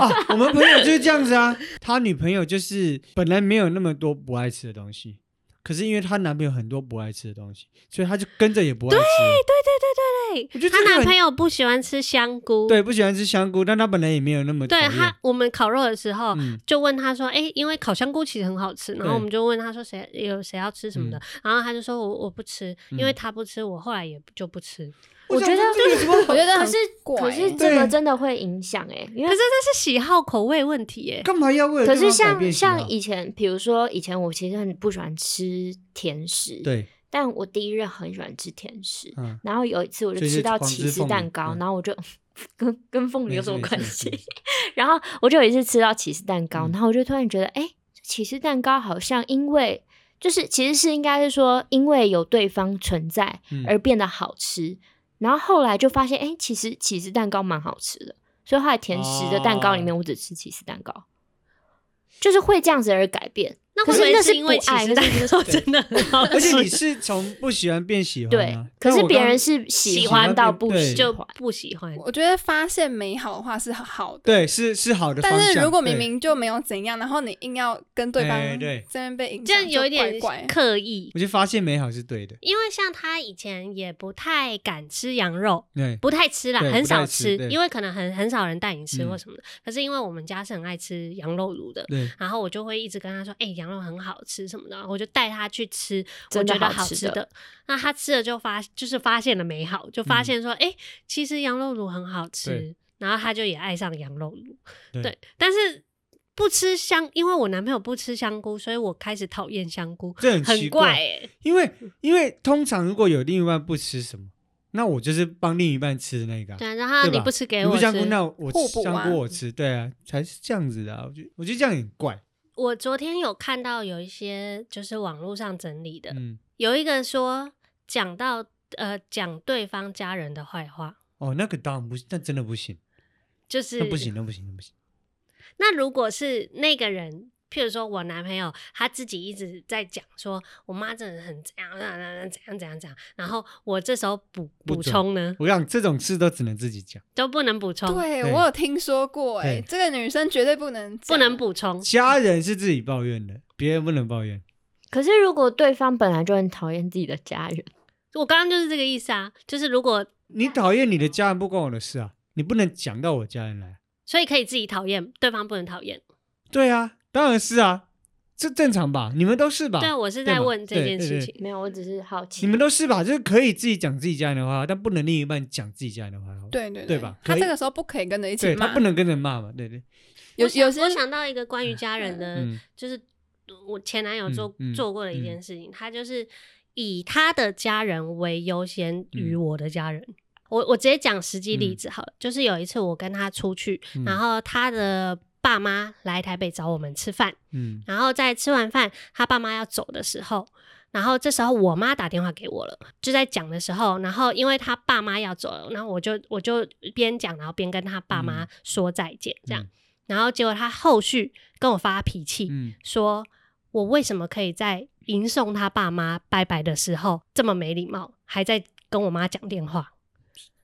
Speaker 2: 啊。我们朋友就是这样子啊，他女朋友就是本来没有那么多不爱吃的东西，可是因为她男朋友很多不爱吃的东西，所以她就跟着也不爱吃了。
Speaker 1: 对对对
Speaker 2: 我
Speaker 1: 对
Speaker 2: 觉得
Speaker 1: 她
Speaker 2: 这个
Speaker 1: 男
Speaker 2: 很
Speaker 1: 朋友不喜欢吃香菇，
Speaker 2: 对，不喜欢吃香菇，但他本来也没有那么
Speaker 1: 对，
Speaker 2: 讨厌
Speaker 1: 他我们烤肉的时候。
Speaker 2: 嗯，
Speaker 1: 就问他说：“哎、因为烤香菇其实很好吃。”然后我们就问他说谁：“有谁要吃什么的？”然后他就说我：“我不吃，因为
Speaker 2: 嗯
Speaker 1: 他不吃，我后来也就不吃。
Speaker 4: 我觉得
Speaker 2: 就是
Speaker 3: 我觉得
Speaker 4: 可
Speaker 3: 很
Speaker 4: 是
Speaker 3: 怪
Speaker 4: 可是
Speaker 3: 欸
Speaker 4: 这个
Speaker 2: 对
Speaker 4: 真的会影响哎、欸，因
Speaker 1: 可是
Speaker 4: 为
Speaker 1: 这是喜好口味问题耶、
Speaker 2: 干嘛要为了
Speaker 4: 可
Speaker 2: 对
Speaker 4: 是
Speaker 2: 方改
Speaker 4: 像
Speaker 2: 变喜好
Speaker 4: 像以前，比如说以前我其实很不喜欢吃甜食，，
Speaker 2: 对，
Speaker 4: 但我第一任很喜欢吃甜食，
Speaker 2: 嗯，
Speaker 4: 然后有一次我就
Speaker 2: 所以是
Speaker 4: 吃到
Speaker 2: 狂吃
Speaker 4: 起司
Speaker 2: 凤梨
Speaker 4: 蛋糕，
Speaker 2: 嗯
Speaker 4: 然后我就 跟跟凤梨有什么
Speaker 2: 没事
Speaker 4: 关
Speaker 2: 没事
Speaker 4: 系
Speaker 2: 没？事
Speaker 4: 然后我就有一次吃到起司蛋糕，
Speaker 2: 嗯
Speaker 4: 然后我就突然觉得，哎、起司蛋糕好像因为就是其实是应该是说，因为有对方存在
Speaker 2: 嗯
Speaker 4: 而变得好吃。然后后来就发现，哎、其实起司蛋糕蛮好吃的，所以后来甜食的蛋糕里面，
Speaker 2: 哦
Speaker 4: 我只吃起司蛋糕，就是会这样子而改变。
Speaker 1: 那
Speaker 4: 可
Speaker 1: 会
Speaker 4: 是
Speaker 1: 不会
Speaker 4: 那是
Speaker 1: 因为
Speaker 4: 不
Speaker 1: 起
Speaker 4: 爱
Speaker 1: 司
Speaker 4: 可是
Speaker 1: 蛋
Speaker 4: 那
Speaker 1: 糕真的很好吃？
Speaker 2: 而且 你是从不喜欢变喜欢
Speaker 4: 对
Speaker 2: 啊，，
Speaker 4: 可
Speaker 2: 但
Speaker 4: 是
Speaker 2: 我
Speaker 4: 别
Speaker 2: 刚
Speaker 4: 人是喜
Speaker 2: 喜
Speaker 4: 欢
Speaker 2: 欢
Speaker 4: 到
Speaker 2: 变
Speaker 4: 不
Speaker 2: 对
Speaker 4: 喜
Speaker 1: 就
Speaker 4: 欢，
Speaker 1: 不喜欢。
Speaker 3: 我觉得发现美好的话是好的，
Speaker 2: 对是是好的方
Speaker 3: 但
Speaker 2: 向，
Speaker 3: 是如果
Speaker 2: 对
Speaker 3: 明明就没有怎样，然后你硬要跟对
Speaker 2: 哎
Speaker 3: 方
Speaker 2: 对
Speaker 3: 这边被影响，
Speaker 1: 这样有一点
Speaker 3: 就怪怪。
Speaker 1: 刻意，
Speaker 2: 我就发现美好是对的，
Speaker 1: 因为像他以前也不太敢吃羊肉，
Speaker 2: 对，
Speaker 1: 不太吃啦，
Speaker 2: 对
Speaker 1: 很
Speaker 2: 不太
Speaker 1: 少吃，
Speaker 2: 吃对
Speaker 1: 因为可能很很少人带你吃
Speaker 2: 嗯
Speaker 1: 或什么的。可是因为我们家是很爱吃羊肉卤的，
Speaker 2: 对，
Speaker 1: 然后我就会一直跟他说：“哎、羊肉很好吃什么的。”然后我就带他去吃我
Speaker 4: 真的
Speaker 1: 觉得
Speaker 4: 好
Speaker 1: 好
Speaker 4: 吃
Speaker 1: 吃
Speaker 4: 的
Speaker 1: 的。那他吃了就发就是发现了美好，就发
Speaker 2: 嗯
Speaker 1: 现说：“哎、其实羊肉卤很好吃
Speaker 2: 对。”
Speaker 1: 然后他就也爱上羊肉卤，
Speaker 2: 对
Speaker 1: 对，但是。不吃香，因为我男朋友不吃香菇，所以我开始讨厌香菇，
Speaker 2: 这很
Speaker 1: 很
Speaker 2: 奇
Speaker 1: 怪
Speaker 2: 怪
Speaker 1: 哎、
Speaker 2: 因为因为通常如果有另一半不吃什么，那我就是帮另一半吃的那个啊、
Speaker 1: 对啊，然后
Speaker 2: 对
Speaker 1: 你
Speaker 2: 吧
Speaker 1: 不吃给
Speaker 2: 你
Speaker 1: 我
Speaker 2: 不
Speaker 1: 吃，
Speaker 2: 香菇，那我
Speaker 3: 互补
Speaker 2: 香菇
Speaker 3: 啊
Speaker 1: 嗯
Speaker 2: 我吃，对啊，才是这样子的、啊。我觉得我觉得这样很怪，
Speaker 1: 我昨天有看到有一些就是网络上整理的，
Speaker 2: 嗯，
Speaker 1: 有一个说讲到呃讲对方家人的坏话，
Speaker 2: 哦，那个当然不，行，那真的不行，
Speaker 1: 就是
Speaker 2: 那不行，。那不行，那不行。
Speaker 1: 那如果是那个人，譬如说我男朋友他自己一直在讲说我妈真的很怎样怎样怎样怎样怎样，然后我这时候补
Speaker 2: 不
Speaker 1: 补
Speaker 2: 准
Speaker 1: 充呢
Speaker 2: 我想这种事都只能自己讲，
Speaker 1: 都不能补充，
Speaker 3: 对
Speaker 2: 对
Speaker 3: 我有听说过、哎
Speaker 2: 对，
Speaker 3: 这个女生绝对不能
Speaker 1: 不
Speaker 3: 讲
Speaker 1: 能补充。
Speaker 2: 家人是自己抱怨的，别人不能抱怨。
Speaker 4: 可是如果对方本来就很讨厌自己的家人，
Speaker 1: 我刚刚就是这个意思啊，就是如果
Speaker 2: 你讨厌你的家人不关我的事啊，你不能讲到我家人来。啊
Speaker 1: 所以可以自己讨厌，对方不能讨厌。
Speaker 2: 对啊，当然是啊，这正常吧？你们都是吧？
Speaker 1: 对，啊我是在
Speaker 2: 吗
Speaker 1: 问这
Speaker 2: 啊对
Speaker 1: 件
Speaker 2: 对
Speaker 1: 事
Speaker 2: 对
Speaker 1: 情。
Speaker 4: 没有，我只是好奇。
Speaker 2: 你们都是吧？就是可以自己讲自己家人的坏话，但不能另一半讲自己家人的坏话。
Speaker 3: 对对
Speaker 2: 对吧
Speaker 3: 他
Speaker 2: 可以
Speaker 3: 这个时候不可以跟着一起
Speaker 2: 对，他
Speaker 3: 骂
Speaker 2: 不，能跟人骂嘛，对对，
Speaker 3: 有
Speaker 1: 我想
Speaker 3: 有些
Speaker 1: 我想到一个关于家人的，
Speaker 2: 嗯
Speaker 1: 就是我前男友做、
Speaker 2: 嗯嗯
Speaker 1: 做过的一件事情，他就是以他的家人为优先
Speaker 2: 嗯
Speaker 1: 于我的家人。我我直接讲实际例子好了，就是有一次我跟他出去，
Speaker 2: 嗯
Speaker 1: 然后他的爸妈来台北找我们吃饭，
Speaker 2: 嗯
Speaker 1: 然后在吃完饭，他爸妈要走的时候，然后这时候我妈打电话给我了，就在讲的时候，然后因为他爸妈要走了，然后我就我就边讲，然后边跟他爸妈
Speaker 2: 嗯
Speaker 1: 说再见，这样，
Speaker 2: 嗯
Speaker 1: 然后结果他后续跟我发脾气，
Speaker 2: 嗯，
Speaker 1: 说我为什么可以在迎送他爸妈拜拜的时候这么没礼貌，还在跟我妈讲电话，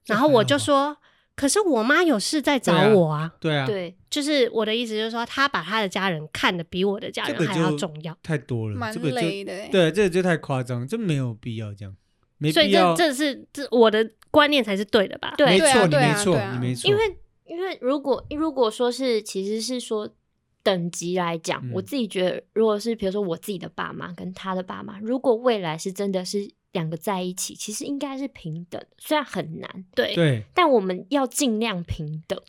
Speaker 2: 这
Speaker 1: 然后我
Speaker 2: 还好
Speaker 1: 就
Speaker 2: 吧，
Speaker 1: 说，可是我妈有事在找
Speaker 2: 对啊
Speaker 1: 我啊。
Speaker 2: 对啊，
Speaker 4: 对，
Speaker 1: 就是我的意思，就是说他把他的家人看得比我的家
Speaker 2: 这
Speaker 1: 人
Speaker 2: 个
Speaker 1: 还要
Speaker 2: 就
Speaker 1: 重要，
Speaker 2: 太多了，
Speaker 3: 蛮
Speaker 2: 这个就
Speaker 3: 累的欸。
Speaker 2: 对，这个就太夸张，这没有必要这样，没
Speaker 1: 所
Speaker 2: 必
Speaker 1: 以这
Speaker 2: 要，
Speaker 1: 这是这我的观念才是对的吧？
Speaker 4: 对
Speaker 2: 没
Speaker 3: 对啊
Speaker 2: 错，你
Speaker 3: 对
Speaker 2: 没
Speaker 3: 啊对
Speaker 2: 错，
Speaker 3: 啊
Speaker 2: 你没错，
Speaker 4: 因为因为如果如果说是其实是说等级来讲，
Speaker 2: 嗯
Speaker 4: 我自己觉得，如果是比如说我自己的爸妈跟他的爸妈，如果未来是真的是两个在一起，其实应该是平等，虽然很难，
Speaker 1: 对
Speaker 2: 对，
Speaker 4: 但我们要尽量平等。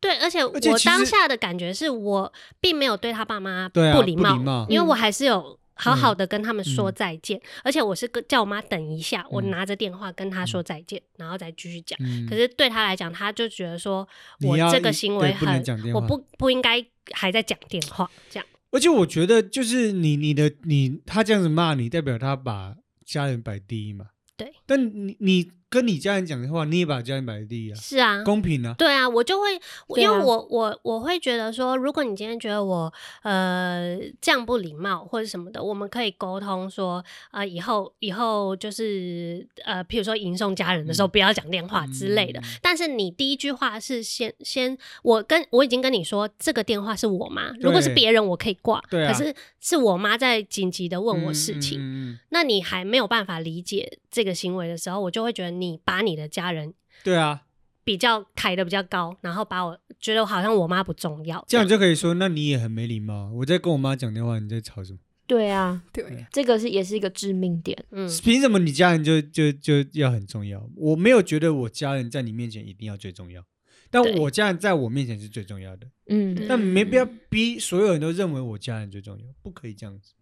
Speaker 1: 对而且
Speaker 2: 而且
Speaker 1: 我
Speaker 2: 其
Speaker 1: 当
Speaker 2: 实
Speaker 1: 下的感觉是我并没有对他爸妈
Speaker 2: 对啊
Speaker 1: 不
Speaker 2: 不
Speaker 1: 礼
Speaker 2: 礼
Speaker 1: 貌，
Speaker 2: 貌
Speaker 1: 因为我还是有好好的跟他们说
Speaker 2: 嗯
Speaker 1: 再见，而且我是跟叫我妈等一下，我
Speaker 2: 嗯
Speaker 1: 拿着电话跟她说再见，然后再继续讲。
Speaker 2: 嗯
Speaker 1: 可是对他来讲，他就觉得说
Speaker 2: 你
Speaker 1: 我
Speaker 2: 要
Speaker 1: 这个
Speaker 2: 一
Speaker 1: 行
Speaker 2: 对
Speaker 1: 为
Speaker 2: 不能
Speaker 1: 很
Speaker 2: 讲，电
Speaker 1: 我
Speaker 2: 话
Speaker 1: 不不应该还在讲电话这样。
Speaker 2: 而且我觉得就是你你的你他这样子骂你，代表他把家人摆第一嘛，
Speaker 1: 对，
Speaker 2: 但你你跟你家人讲的话，你也把家人摆第一啊，
Speaker 1: 是啊，
Speaker 2: 公平啊，
Speaker 1: 对啊，我就会，我因
Speaker 4: 对
Speaker 1: 为
Speaker 4: 啊
Speaker 1: 我我我会觉得说，如果你今天觉得我呃这样不礼貌或者什么的，我们可以沟通说，呃，以后以后就是呃，譬如说迎送家人的时候，
Speaker 2: 嗯
Speaker 1: 不要讲电话之类的。
Speaker 2: 嗯
Speaker 1: 但是你第一句话是先先，我跟我已经跟你说，这个电话是我妈，如果是
Speaker 2: 对
Speaker 1: 别人我可以挂，
Speaker 2: 对啊
Speaker 1: 可是是我妈在紧急的问我事情，
Speaker 2: 嗯嗯嗯嗯
Speaker 1: 那你还没有办法理解这个行为的时候，我就会觉得你把你的家人
Speaker 2: 对啊，
Speaker 1: 比较抬的比较高，然后把我觉得好像我妈不重要，
Speaker 2: 这样就可以说，那你也很没礼貌啊，我在跟我妈讲电话，你在吵什么？
Speaker 4: 对啊，
Speaker 3: 对，
Speaker 4: 这个是也是一个致命点。
Speaker 1: 嗯，
Speaker 2: 凭什么你家人就就就要很重要？我没有觉得我家人在你面前一定要最重要，但
Speaker 1: 对
Speaker 2: 我家人在我面前是最重要的。
Speaker 4: 嗯，
Speaker 1: 嗯
Speaker 2: 但没必要逼所有人都认为我家人最重要，不可以这样子。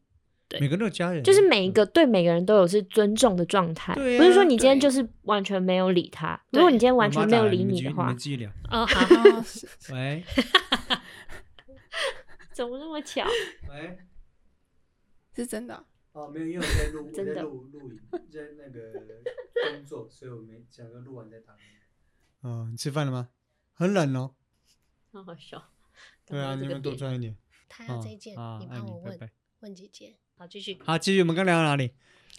Speaker 1: 对
Speaker 2: 每个人都有家人，啊
Speaker 4: 就是每一个对每个人都有是尊重的状态，
Speaker 2: 嗯对啊
Speaker 4: 不是说你今天
Speaker 3: 对
Speaker 4: 就是完全没有理他。
Speaker 1: 对
Speaker 4: 如果你今天
Speaker 2: 嗯
Speaker 4: 完全没有
Speaker 2: 妈
Speaker 4: 理
Speaker 2: 妈打来
Speaker 4: 你
Speaker 2: 你
Speaker 4: 的
Speaker 2: 们
Speaker 4: 话，
Speaker 2: 继续 你们
Speaker 1: 哦好，
Speaker 3: 然后是
Speaker 2: 继续聊。喂
Speaker 4: 怎么那么巧？
Speaker 2: 喂，
Speaker 3: 是真的哦，
Speaker 2: 哦，没有，因为我在录，
Speaker 4: 真的
Speaker 2: 我在录录影，在那个工作，所以我没想说录完再打给你。哦，你吃饭了吗？很冷哦。
Speaker 4: 好好笑。
Speaker 2: 对啊，你们多穿一点。
Speaker 1: 他要
Speaker 2: 哦
Speaker 1: 再见，
Speaker 2: 啊
Speaker 1: 你
Speaker 2: 爱
Speaker 1: 帮我
Speaker 2: 拜
Speaker 1: 问
Speaker 2: 拜。
Speaker 1: 问姐姐，好继续，
Speaker 2: 好，继续，我们刚聊到哪里？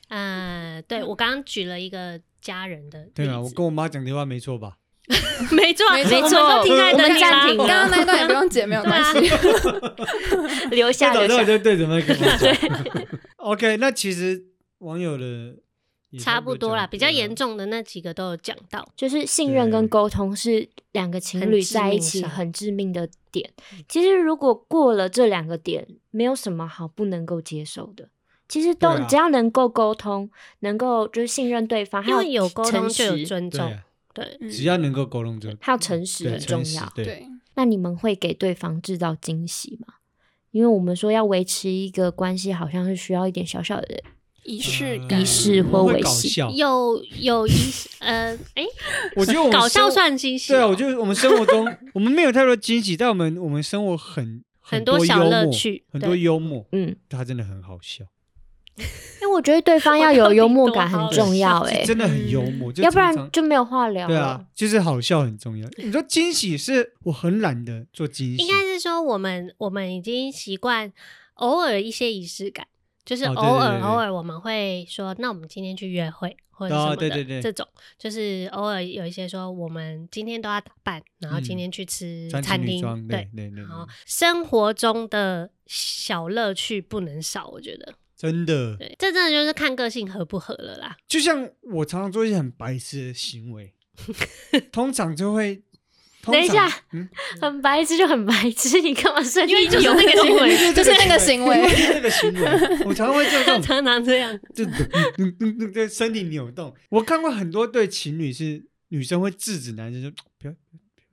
Speaker 1: 呃，对我刚刚举了一个家人的例子，
Speaker 2: 对啊，我跟我妈讲电话没错吧？
Speaker 1: 没错
Speaker 3: 没
Speaker 1: 没
Speaker 3: 错
Speaker 1: 错，我们都停在
Speaker 4: 我们
Speaker 1: 这里
Speaker 4: 暂
Speaker 1: 啦
Speaker 4: 停
Speaker 3: 刚刚那一段也不
Speaker 1: 啊
Speaker 3: 用剪，没有关系。
Speaker 4: 留下
Speaker 2: 早
Speaker 4: 留
Speaker 2: 知道我
Speaker 4: 下。
Speaker 2: 就对着麦克风讲。OK，那 其实网友的也
Speaker 1: 差不多啦，比较严
Speaker 2: 重。
Speaker 1: 重的那几个都有讲到，
Speaker 4: 就是信任跟
Speaker 2: 对
Speaker 4: 沟通是两个情侣在一
Speaker 1: 很致命
Speaker 4: 起
Speaker 1: 伤
Speaker 4: 很致命的点。其实如果过了这两个点，没有什么好不能够接受的。其实都、
Speaker 2: 对啊
Speaker 4: 只要能够沟通，能够就是信任对方，还
Speaker 1: 因
Speaker 4: 有
Speaker 1: 为有沟通
Speaker 4: 诚
Speaker 1: 就有
Speaker 4: 实
Speaker 1: 尊
Speaker 2: 对
Speaker 1: 重
Speaker 2: 啊，，
Speaker 1: 对，
Speaker 3: 嗯
Speaker 2: 只要能够沟通就
Speaker 4: 还有诚实
Speaker 2: 对
Speaker 4: 很重
Speaker 2: 诚实
Speaker 4: 要。
Speaker 2: 对，
Speaker 3: 对，
Speaker 4: 那你们会给对方制造惊喜吗？因为我们说要维持一个关系，好像是需要一点小小的
Speaker 3: 仪式
Speaker 2: 呃
Speaker 3: 感，
Speaker 4: 仪式或
Speaker 2: 会
Speaker 4: 微
Speaker 2: 搞
Speaker 4: 信
Speaker 2: 笑。
Speaker 1: 有有一呃，哎，
Speaker 2: 哦我觉得我们
Speaker 1: 搞笑
Speaker 2: 生
Speaker 1: 算惊喜哦，
Speaker 2: 对啊，我觉得我们生活中我们没有太多惊喜，但我们我们生活很
Speaker 1: 很
Speaker 2: 多
Speaker 1: 多小
Speaker 2: 幽
Speaker 1: 乐
Speaker 2: 默
Speaker 1: 趣
Speaker 2: 很多
Speaker 1: 对
Speaker 2: 幽默，
Speaker 4: 嗯，
Speaker 2: 他真的很好笑，
Speaker 4: 因为我觉得对方要
Speaker 1: 我到
Speaker 4: 有
Speaker 1: 底
Speaker 4: 幽默
Speaker 1: 多
Speaker 4: 感
Speaker 1: 好
Speaker 4: 很重要
Speaker 1: 笑
Speaker 4: 哎、
Speaker 2: 真的很幽默，就
Speaker 4: 要不
Speaker 2: 常
Speaker 4: 然
Speaker 2: 常
Speaker 4: 就没有话
Speaker 2: 欸
Speaker 4: 聊
Speaker 2: 对
Speaker 4: 了
Speaker 2: 啊。，就是好笑很重要。你说惊喜是我很懒得做惊喜
Speaker 1: 应，该是说我们我们已经习惯偶尔一些仪式感，就是
Speaker 2: 哦对
Speaker 1: 偶
Speaker 2: 对
Speaker 1: 尔、
Speaker 2: 对对
Speaker 1: 偶尔我们会说，那我们今天去约会或者
Speaker 2: 哦
Speaker 1: 什么的，
Speaker 2: 对对对
Speaker 1: 这种就是偶尔有一些说我们今天都要打扮，然后今
Speaker 2: 嗯
Speaker 1: 天去吃
Speaker 2: 穿
Speaker 1: 餐
Speaker 2: 情侣
Speaker 1: 厅，
Speaker 2: 装，
Speaker 1: 对
Speaker 2: 对。对对，
Speaker 1: 然
Speaker 2: 对
Speaker 1: 后生活中的小乐趣不能少，我觉得，
Speaker 2: 真的，
Speaker 1: 对，这真的就是看个性合不合了啦。
Speaker 2: 就像我常常做一些很白痴的行为，通常就会通
Speaker 4: 等一下
Speaker 2: 常，嗯，
Speaker 4: 很白痴就很白痴，你干嘛生
Speaker 1: 因为
Speaker 4: 气
Speaker 1: 就是
Speaker 4: 有
Speaker 1: 那个行为
Speaker 3: 就是那个行为
Speaker 2: 因为就是那个行为，我常常会做这 种，
Speaker 1: 常常这样，
Speaker 2: 就嗯嗯嗯，对身体扭动。我看过很多对情侣是女生会制止男生说不要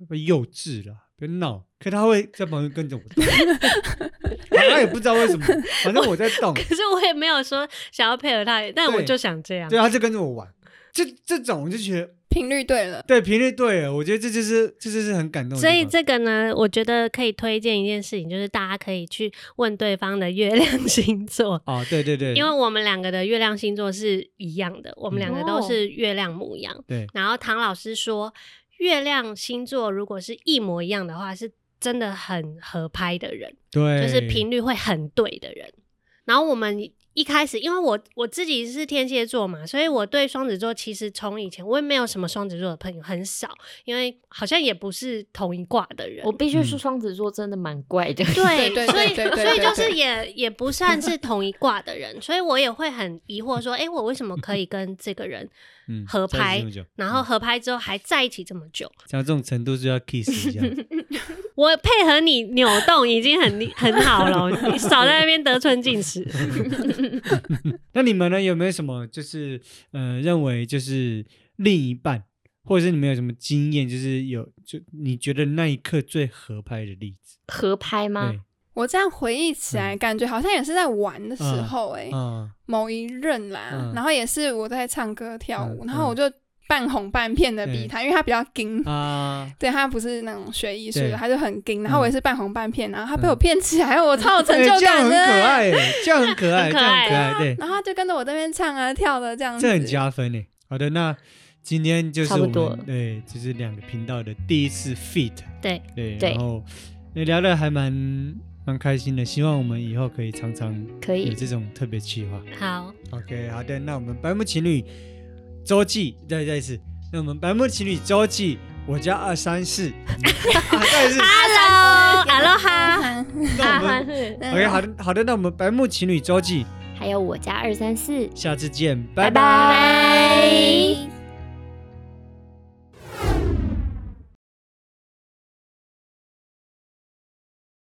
Speaker 2: 不要幼稚了，不要闹，可他会在旁边跟着我 动，他也不知道为什么，反正我在动，
Speaker 1: 可是 我也没有说想要配合他，但我就想这样
Speaker 2: 对，。他就跟着我玩。这这种我就觉得
Speaker 3: 频率对了，
Speaker 2: 对频率对了，我觉得这就是这就是很感动的地
Speaker 1: 所
Speaker 2: 方。
Speaker 1: 以这个呢，我觉得可以推荐一件事情，就是大家可以去问对方的月亮星座，
Speaker 2: 啊，对对对，
Speaker 1: 因为我们两个的月亮星座是一样的，我们两个都
Speaker 4: 哦
Speaker 1: 是月亮母羊。
Speaker 2: 对
Speaker 1: 然后唐老师说，月亮星座如果是一模一样的话，是真的很合拍的人。
Speaker 2: 对
Speaker 1: 就是频率会很对的人。然后我们一开始，因为我我自己是天蝎座嘛，所以我对双子座其实从以前我也没有什么双子座的朋友，很少，因为好像也不是同一卦的人
Speaker 4: 我。必须
Speaker 2: 嗯
Speaker 4: 说，双子座真的蛮怪的。
Speaker 1: 对，
Speaker 3: 对对
Speaker 1: 所以
Speaker 3: 对对对
Speaker 1: 所以就
Speaker 3: 对
Speaker 1: 是也也不算是同一卦的人，所以我也会很疑惑说，哎、我为什么可以跟这个人
Speaker 2: 嗯
Speaker 1: 合拍
Speaker 2: 在一起这么久
Speaker 1: 然后合拍之后还在一起这么久？
Speaker 2: 像这种程度就要 kiss 一下，
Speaker 1: 我配合你扭动已经很厉很好了，你少在那边得寸进尺。
Speaker 2: 那你们呢？有没有什么就是呃，认为就是另一半，或者是你们有什么经验，就是有就你觉得那一刻最合拍的例子？
Speaker 4: 合拍吗？
Speaker 2: 对，
Speaker 3: 我这样回忆起
Speaker 2: 嗯
Speaker 3: 来，感觉好像也是在玩的时候、欸，哎、
Speaker 2: 啊，
Speaker 3: 某一任啦、
Speaker 2: 嗯
Speaker 3: 然后也是我在唱歌跳舞，
Speaker 2: 嗯
Speaker 3: 然后我就半哄半骗的逼他，因为他比较硬。
Speaker 2: 啊，
Speaker 3: 对他不是那种学艺术
Speaker 2: 对
Speaker 3: 的，他就很硬，然后我也是半哄半骗，然后他被我
Speaker 2: 嗯
Speaker 3: 骗 起来，我超有成
Speaker 2: 哎
Speaker 3: 就
Speaker 2: 这样
Speaker 3: 感
Speaker 2: 很
Speaker 3: 的、
Speaker 2: 可爱欸，这样很可爱，
Speaker 1: 很
Speaker 2: 这
Speaker 1: 可
Speaker 2: 样
Speaker 1: 爱
Speaker 2: 很可爱，对，
Speaker 3: 然后他就跟着我这边唱啊跳的这样子，
Speaker 2: 这很加分呢。好的，那今天就是
Speaker 4: 差不
Speaker 2: 我
Speaker 4: 多
Speaker 2: 们对，就是两个频道的第一次 fit，
Speaker 1: 对
Speaker 2: 对，
Speaker 4: 对
Speaker 2: 然后也聊的还蛮蛮开心的，希望我们以后可以常常
Speaker 4: 可以
Speaker 2: 有这种特别计划。
Speaker 1: 好，
Speaker 2: OK，好的，那我们白木情侣周记再再一次，那我们白木情侣周记，我家二三四，啊再一次，
Speaker 1: Hello，阿罗 哈，
Speaker 2: 那我们
Speaker 3: 嗯
Speaker 2: OK，好的好的，那我们白木情侣周记，
Speaker 4: 还有我家二三四，
Speaker 2: 下次见，拜
Speaker 4: 拜拜